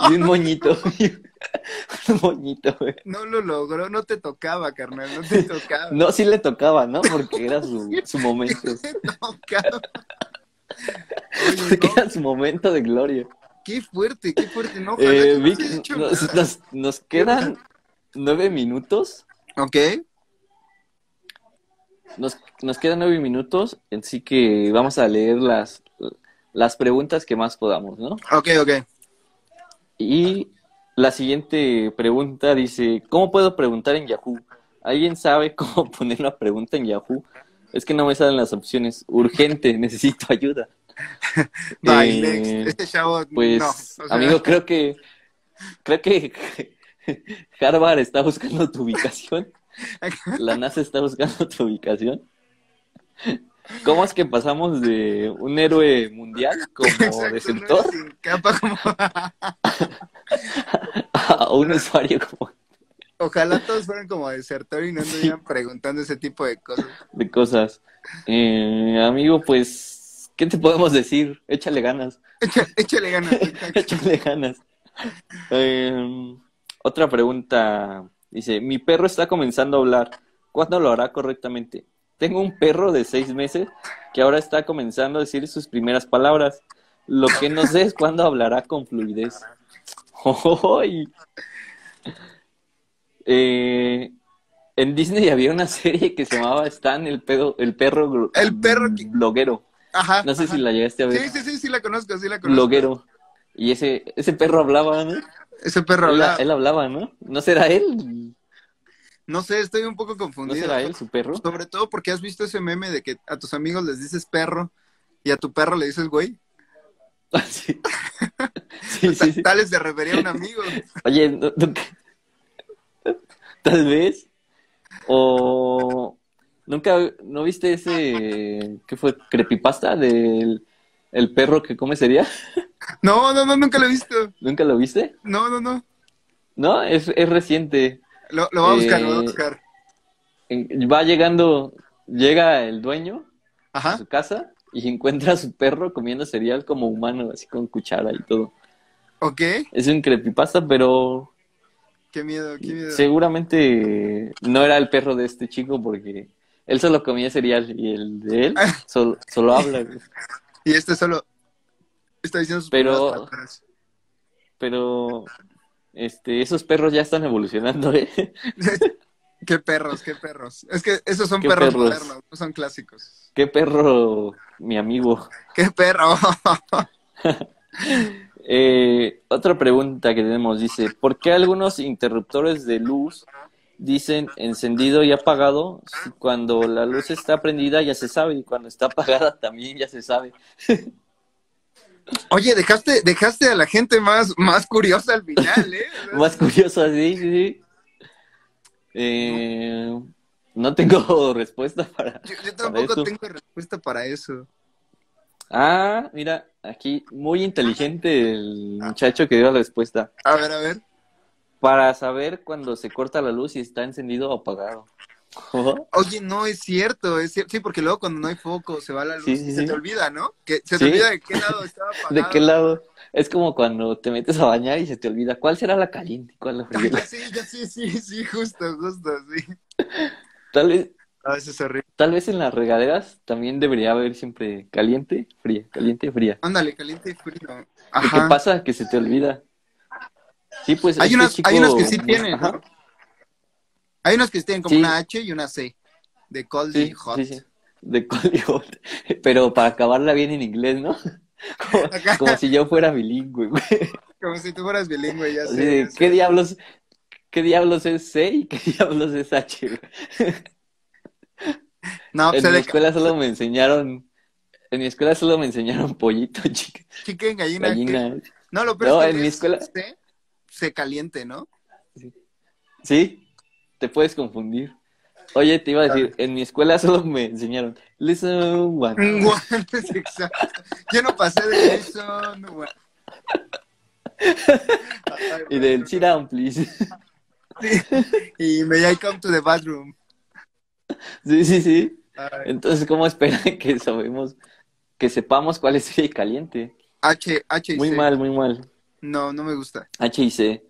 Speaker 1: y un moñito. y un un moñito, güey.
Speaker 2: No lo logró, no te tocaba, carnal, no te tocaba.
Speaker 1: No, sí le tocaba, ¿no? Porque era su, su momento.
Speaker 2: No te tocaba. Oye,
Speaker 1: Porque
Speaker 2: no,
Speaker 1: era su momento de gloria.
Speaker 2: qué fuerte, qué fuerte. No, ojalá
Speaker 1: Eh,
Speaker 2: que no
Speaker 1: Vic,
Speaker 2: hayas hecho
Speaker 1: nos,
Speaker 2: nada.
Speaker 1: nos- nos quedan nueve minutos.
Speaker 2: Ok,
Speaker 1: Nos, nos quedan nueve minutos, así que vamos a leer las, las preguntas que más podamos, ¿no?
Speaker 2: ok, ok.
Speaker 1: Y la siguiente pregunta dice, ¿cómo puedo preguntar en Yahoo? ¿Alguien sabe cómo poner una pregunta en Yahoo? Es que no me salen las opciones. Urgente, necesito ayuda.
Speaker 2: Bye,
Speaker 1: Eh,
Speaker 2: next. Este chavo,
Speaker 1: Pues,
Speaker 2: no. o sea,
Speaker 1: amigo, creo que creo que Harvard está buscando tu ubicación. La NASA está buscando tu ubicación. ¿Cómo es que pasamos de un héroe mundial como
Speaker 2: exacto, no
Speaker 1: desertor
Speaker 2: eres sin capa como...
Speaker 1: a un usuario como
Speaker 2: Ojalá todos fueran como desertor y no anduvieran preguntando ese tipo de cosas.
Speaker 1: de cosas? Eh, amigo, pues, ¿qué te podemos decir? Échale ganas,
Speaker 2: Échale ganas. exacto.
Speaker 1: échale ganas. Eh, otra pregunta. Dice, mi perro está comenzando a hablar. ¿Cuándo lo hará correctamente? Tengo un perro de seis meses que ahora está comenzando a decir sus primeras palabras. Lo que no sé es cuándo hablará con fluidez. ¡Ay! Eh, en Disney había una serie que se llamaba Stan, el, pedo, el perro glo-
Speaker 2: El perro que-
Speaker 1: bloguero.
Speaker 2: Ajá.
Speaker 1: No sé
Speaker 2: ajá.
Speaker 1: si la llegaste a ver.
Speaker 2: Sí, sí, sí, sí la conozco, sí la conozco.
Speaker 1: bloguero. Y ese, ese perro hablaba, ¿no?
Speaker 2: Ese perro
Speaker 1: Él,
Speaker 2: hablaba.
Speaker 1: él hablaba, ¿no? ¿No será él?
Speaker 2: No sé, estoy un poco
Speaker 1: ¿No
Speaker 2: confundido.
Speaker 1: será él su perro?
Speaker 2: Sobre todo porque has visto ese meme de que a tus amigos les dices perro y a tu perro le dices güey.
Speaker 1: Ah, sí. sí, sí, sí.
Speaker 2: Tales se refería a un amigo.
Speaker 1: Oye, no- nunca- tal vez. O nunca, ¿no viste ese, qué fue, creepypasta del ¿El perro que come sería?
Speaker 2: No, no, no, nunca lo he visto.
Speaker 1: ¿Nunca lo viste?
Speaker 2: No, no, no.
Speaker 1: No, es, es reciente.
Speaker 2: Lo, lo voy a buscar,
Speaker 1: Eh,
Speaker 2: lo voy a buscar.
Speaker 1: En- Va llegando, llega el dueño a
Speaker 2: Ajá.
Speaker 1: su casa y encuentra a su perro comiendo cereal como humano, así con cuchara y todo.
Speaker 2: Ok.
Speaker 1: Es un creepypasta, pero
Speaker 2: Qué miedo, qué miedo.
Speaker 1: seguramente no era el perro de este chico porque él solo comía cereal y el de él
Speaker 2: Ah.
Speaker 1: solo, solo habla. güey.
Speaker 2: Y este solo está diciendo sus
Speaker 1: Pero-
Speaker 2: palabras palabras.
Speaker 1: Pero este, esos perros ya están evolucionando, ¿eh?
Speaker 2: Qué perros, qué perros. Es que esos son
Speaker 1: Qué
Speaker 2: perros,
Speaker 1: perros.
Speaker 2: modernos, no son clásicos.
Speaker 1: ¿Qué perro, mi amigo?
Speaker 2: Qué perro.
Speaker 1: Eh, otra pregunta que tenemos dice, ¿por qué algunos interruptores de luz dicen encendido y apagado si cuando la luz está prendida ya se sabe y cuando está apagada también ya se sabe?
Speaker 2: Oye, dejaste, dejaste a la gente más, más curiosa al final, ¿eh?
Speaker 1: Más curioso así, sí, sí. Eh, no tengo respuesta para...
Speaker 2: Yo, yo
Speaker 1: eso.
Speaker 2: tampoco tengo respuesta para eso.
Speaker 1: Ah, mira, aquí muy inteligente el muchacho que dio la respuesta.
Speaker 2: A ver, a ver.
Speaker 1: Para saber cuando se corta la luz y está encendido o apagado.
Speaker 2: Oye, no es cierto, es cier- Sí, porque luego cuando no hay foco se va la luz
Speaker 1: Sí,
Speaker 2: y
Speaker 1: sí,
Speaker 2: se
Speaker 1: sí.
Speaker 2: te olvida, ¿no? Que se
Speaker 1: Sí.
Speaker 2: te olvida de qué lado estaba apagado.
Speaker 1: ¿De qué lado? Es como cuando te metes a bañar y se te olvida cuál será la caliente, y cuál la fría.
Speaker 2: Ya sí, ya sí, sí, sí, justo, justo, sí.
Speaker 1: Tal vez,
Speaker 2: A veces es horrible.
Speaker 1: tal vez en las regaderas también debería haber siempre caliente, fría, caliente, fría.
Speaker 2: Ándale, caliente y frío.
Speaker 1: ¿Y
Speaker 2: Ajá.
Speaker 1: ¿Qué pasa? Que se te olvida. Sí, pues
Speaker 2: Hay
Speaker 1: este
Speaker 2: unas,
Speaker 1: chico-
Speaker 2: hay unas que sí tienen,
Speaker 1: Ajá,
Speaker 2: ¿no? Hay unas que tienen como
Speaker 1: Sí.
Speaker 2: una H y una C. De cold
Speaker 1: sí,
Speaker 2: y hot.
Speaker 1: sí, sí. De cold y hot. Pero para acabarla bien en inglés, ¿no? Como,
Speaker 2: Acá.
Speaker 1: como si yo fuera bilingüe, güey.
Speaker 2: Como si tú fueras bilingüe, ya
Speaker 1: Así
Speaker 2: sé.
Speaker 1: de,
Speaker 2: ya sé.
Speaker 1: ¿qué diablos, qué diablos es C y qué diablos es H? güey?
Speaker 2: No,
Speaker 1: En
Speaker 2: pues, se
Speaker 1: mi
Speaker 2: de
Speaker 1: escuela solo me enseñaron, en mi escuela solo me enseñaron pollito, chica,
Speaker 2: chicken, gallina. ¿qué?
Speaker 1: gallina.
Speaker 2: No, lo
Speaker 1: No,
Speaker 2: peor es que
Speaker 1: en mi
Speaker 2: le-
Speaker 1: escuela-
Speaker 2: C, se caliente, ¿no?
Speaker 1: Sí, te puedes confundir. Oye, te iba a decir, en mi escuela solo me enseñaron listen one.
Speaker 2: Mm, Guantes, exacto. Yo no pasé de eso. no, bueno. Ay,
Speaker 1: y del
Speaker 2: bueno.
Speaker 1: sit down, please.
Speaker 2: Y me I come to the bathroom.
Speaker 1: sí, sí, sí.
Speaker 2: Ay,
Speaker 1: Entonces, ¿cómo esperan que sabemos, que sepamos cuál es el caliente?
Speaker 2: H, H y
Speaker 1: Muy
Speaker 2: C.
Speaker 1: mal, muy mal.
Speaker 2: No, no me gusta.
Speaker 1: H y C.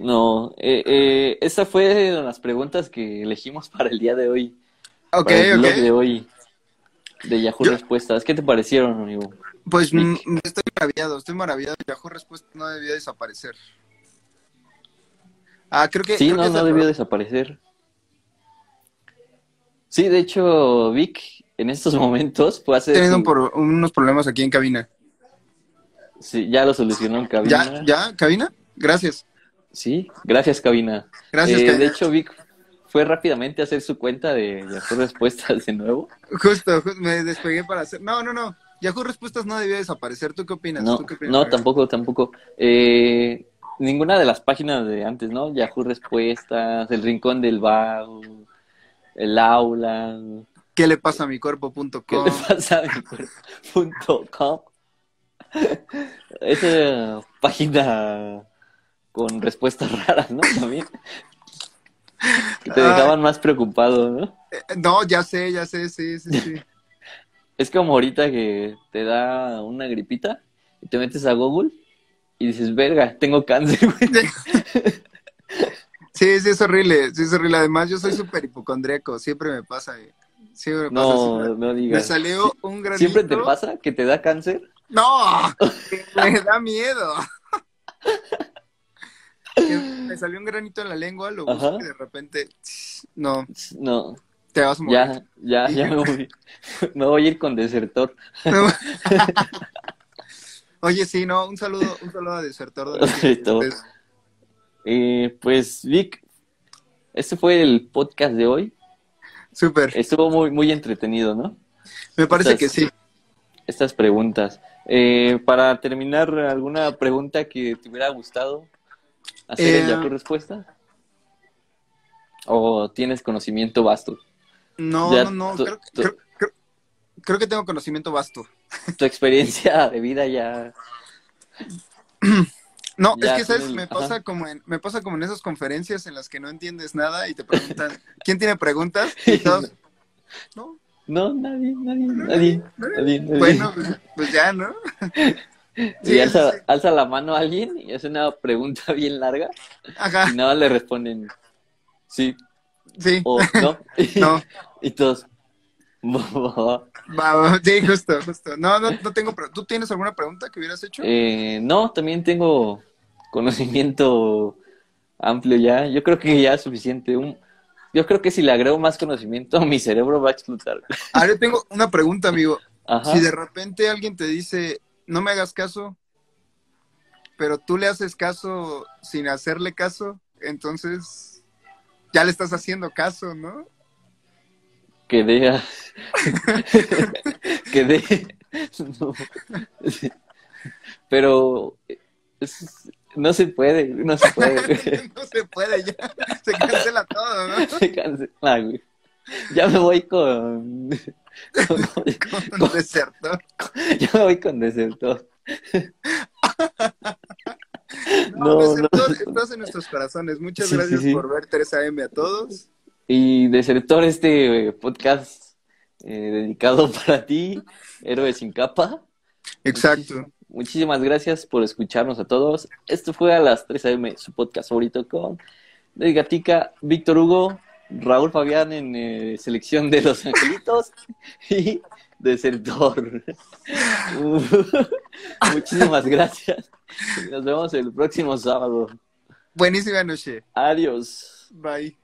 Speaker 1: No, eh, eh, esa fue de las preguntas que elegimos para el día de hoy.
Speaker 2: Ok,
Speaker 1: para el blog de
Speaker 2: ok.
Speaker 1: hoy de Yahoo
Speaker 2: Yo-
Speaker 1: Respuestas. ¿Qué te parecieron, amigo?
Speaker 2: Pues mm, estoy maravillado, estoy maravillado. Yahoo Respuesta no debía desaparecer. Ah, creo que.
Speaker 1: Sí,
Speaker 2: creo
Speaker 1: no,
Speaker 2: que es
Speaker 1: no
Speaker 2: el
Speaker 1: debió desaparecer. Sí, de hecho, Vic, en estos momentos puede hacer.
Speaker 2: teniendo
Speaker 1: su-
Speaker 2: un por- unos problemas aquí en cabina.
Speaker 1: Sí, ya lo solucionó en cabina.
Speaker 2: ¿Ya? ¿Ya? ¿Cabina? Gracias.
Speaker 1: Sí, gracias, cabina.
Speaker 2: Gracias,
Speaker 1: Eh,
Speaker 2: cabina.
Speaker 1: De hecho, Vic fue rápidamente a hacer su cuenta de Yahoo Respuestas de nuevo.
Speaker 2: Justo, ju- me despegué para hacer. No, no, no. Yahoo Respuestas no debía desaparecer. ¿Tú qué opinas?
Speaker 1: No,
Speaker 2: ¿Tú qué opinas?
Speaker 1: no, tampoco, tampoco. Eh, ninguna de las páginas de antes, ¿no? Yahoo Respuestas, El Rincón del Vago, El Aula,
Speaker 2: ¿Qué le pasa a mi cuerpo.com?
Speaker 1: ¿Qué le pasa a mi cuerpo? Punto com. Esa página con respuestas raras, ¿no? También. Que te
Speaker 2: Ay.
Speaker 1: dejaban más preocupado, ¿no?
Speaker 2: Eh, No, ya sé, ya sé, sí, sí, sí.
Speaker 1: Es como ahorita que te da una gripita y te metes a Google y dices, verga, tengo cáncer, güey.
Speaker 2: Sí, sí, es horrible, sí, es horrible. Además, yo soy súper hipocondríaco, siempre me pasa. eh. Siempre me pasa.
Speaker 1: No,
Speaker 2: siempre-
Speaker 1: no
Speaker 2: Me
Speaker 1: digas.
Speaker 2: salió un granito.
Speaker 1: ¿Siempre te pasa que te da cáncer?
Speaker 2: ¡No! Que Me da miedo. Que Me salió un granito en la lengua, lo busqué
Speaker 1: Ajá.
Speaker 2: y de repente. No,
Speaker 1: No,
Speaker 2: te vas a morir.
Speaker 1: ya, ya, ya me voy. Me voy a ir con desertor.
Speaker 2: Oye, sí, no, un saludo, un saludo a Desertor. de los
Speaker 1: Desertor.
Speaker 2: clientes.
Speaker 1: Eh, pues Vic, este fue el podcast de hoy.
Speaker 2: Súper,
Speaker 1: Estuvo muy, muy entretenido, ¿no?
Speaker 2: me parece
Speaker 1: Estas-
Speaker 2: que sí.
Speaker 1: Estas preguntas. Eh, para terminar, ¿alguna pregunta que te hubiera gustado hacer en
Speaker 2: Eh,
Speaker 1: ya tu respuesta? ¿O tienes conocimiento vasto?
Speaker 2: No,
Speaker 1: ya
Speaker 2: no, no,
Speaker 1: tú-
Speaker 2: creo, que-
Speaker 1: tú-
Speaker 2: creo- creo- creo que tengo conocimiento vasto.
Speaker 1: Tu experiencia de vida ya.
Speaker 2: No,
Speaker 1: Ya,
Speaker 2: es que sabes,
Speaker 1: tiene-
Speaker 2: me
Speaker 1: ajá.
Speaker 2: pasa como en, me pasa como en esas conferencias en las que no entiendes nada y te preguntan, ¿quién tiene preguntas? Y todos, no,
Speaker 1: No, nadie, nadie, nadie. nadie, nadie.
Speaker 2: bueno, pues, pues ya, ¿no?
Speaker 1: y
Speaker 2: sí,
Speaker 1: alza,
Speaker 2: sí.
Speaker 1: alza la mano a alguien y hace una pregunta bien larga
Speaker 2: Ajá,
Speaker 1: y nada le responden sí
Speaker 2: sí,
Speaker 1: o no.
Speaker 2: no,
Speaker 1: Y todos. "Bo".
Speaker 2: va, va, sí, justo, justo. No, no, no tengo, pre- ¿tú tienes alguna pregunta que hubieras hecho?
Speaker 1: Eh, no, también tengo conocimiento amplio ya. Yo creo que ya es suficiente. Un- yo creo que si le agrego más conocimiento, mi cerebro va a explotar.
Speaker 2: Ahora Ah, tengo una pregunta, amigo.
Speaker 1: Ajá.
Speaker 2: Si de repente alguien te dice, no me hagas caso, pero tú le haces caso sin hacerle caso, entonces ya le estás haciendo caso, ¿no?
Speaker 1: Quedé. a- Quedé. No. Pero es- no se puede, no se puede.
Speaker 2: No se puede, ya se cancela todo, ¿no?
Speaker 1: Se cancela, güey. Ya me voy con. con-
Speaker 2: Como un desertor.
Speaker 1: ya me voy con desertor.
Speaker 2: No,
Speaker 1: No,
Speaker 2: desertor, estás en nuestros corazones. Muchas
Speaker 1: Sí, sí,
Speaker 2: gracias
Speaker 1: sí.
Speaker 2: por ver 3AM a todos.
Speaker 1: Y Desertor, este eh, podcast eh, dedicado para ti, Héroe sin capa.
Speaker 2: Exacto.
Speaker 1: Muchísimas gracias por escucharnos a todos. Esto fue a las 3 AM, su podcast favorito con Del Gatica, Víctor Hugo, Raúl Fabián en eh, selección de Los Angelitos y Desertor. Muchísimas gracias. Nos vemos el próximo sábado.
Speaker 2: Buenísima noche.
Speaker 1: Adiós.
Speaker 2: Bye.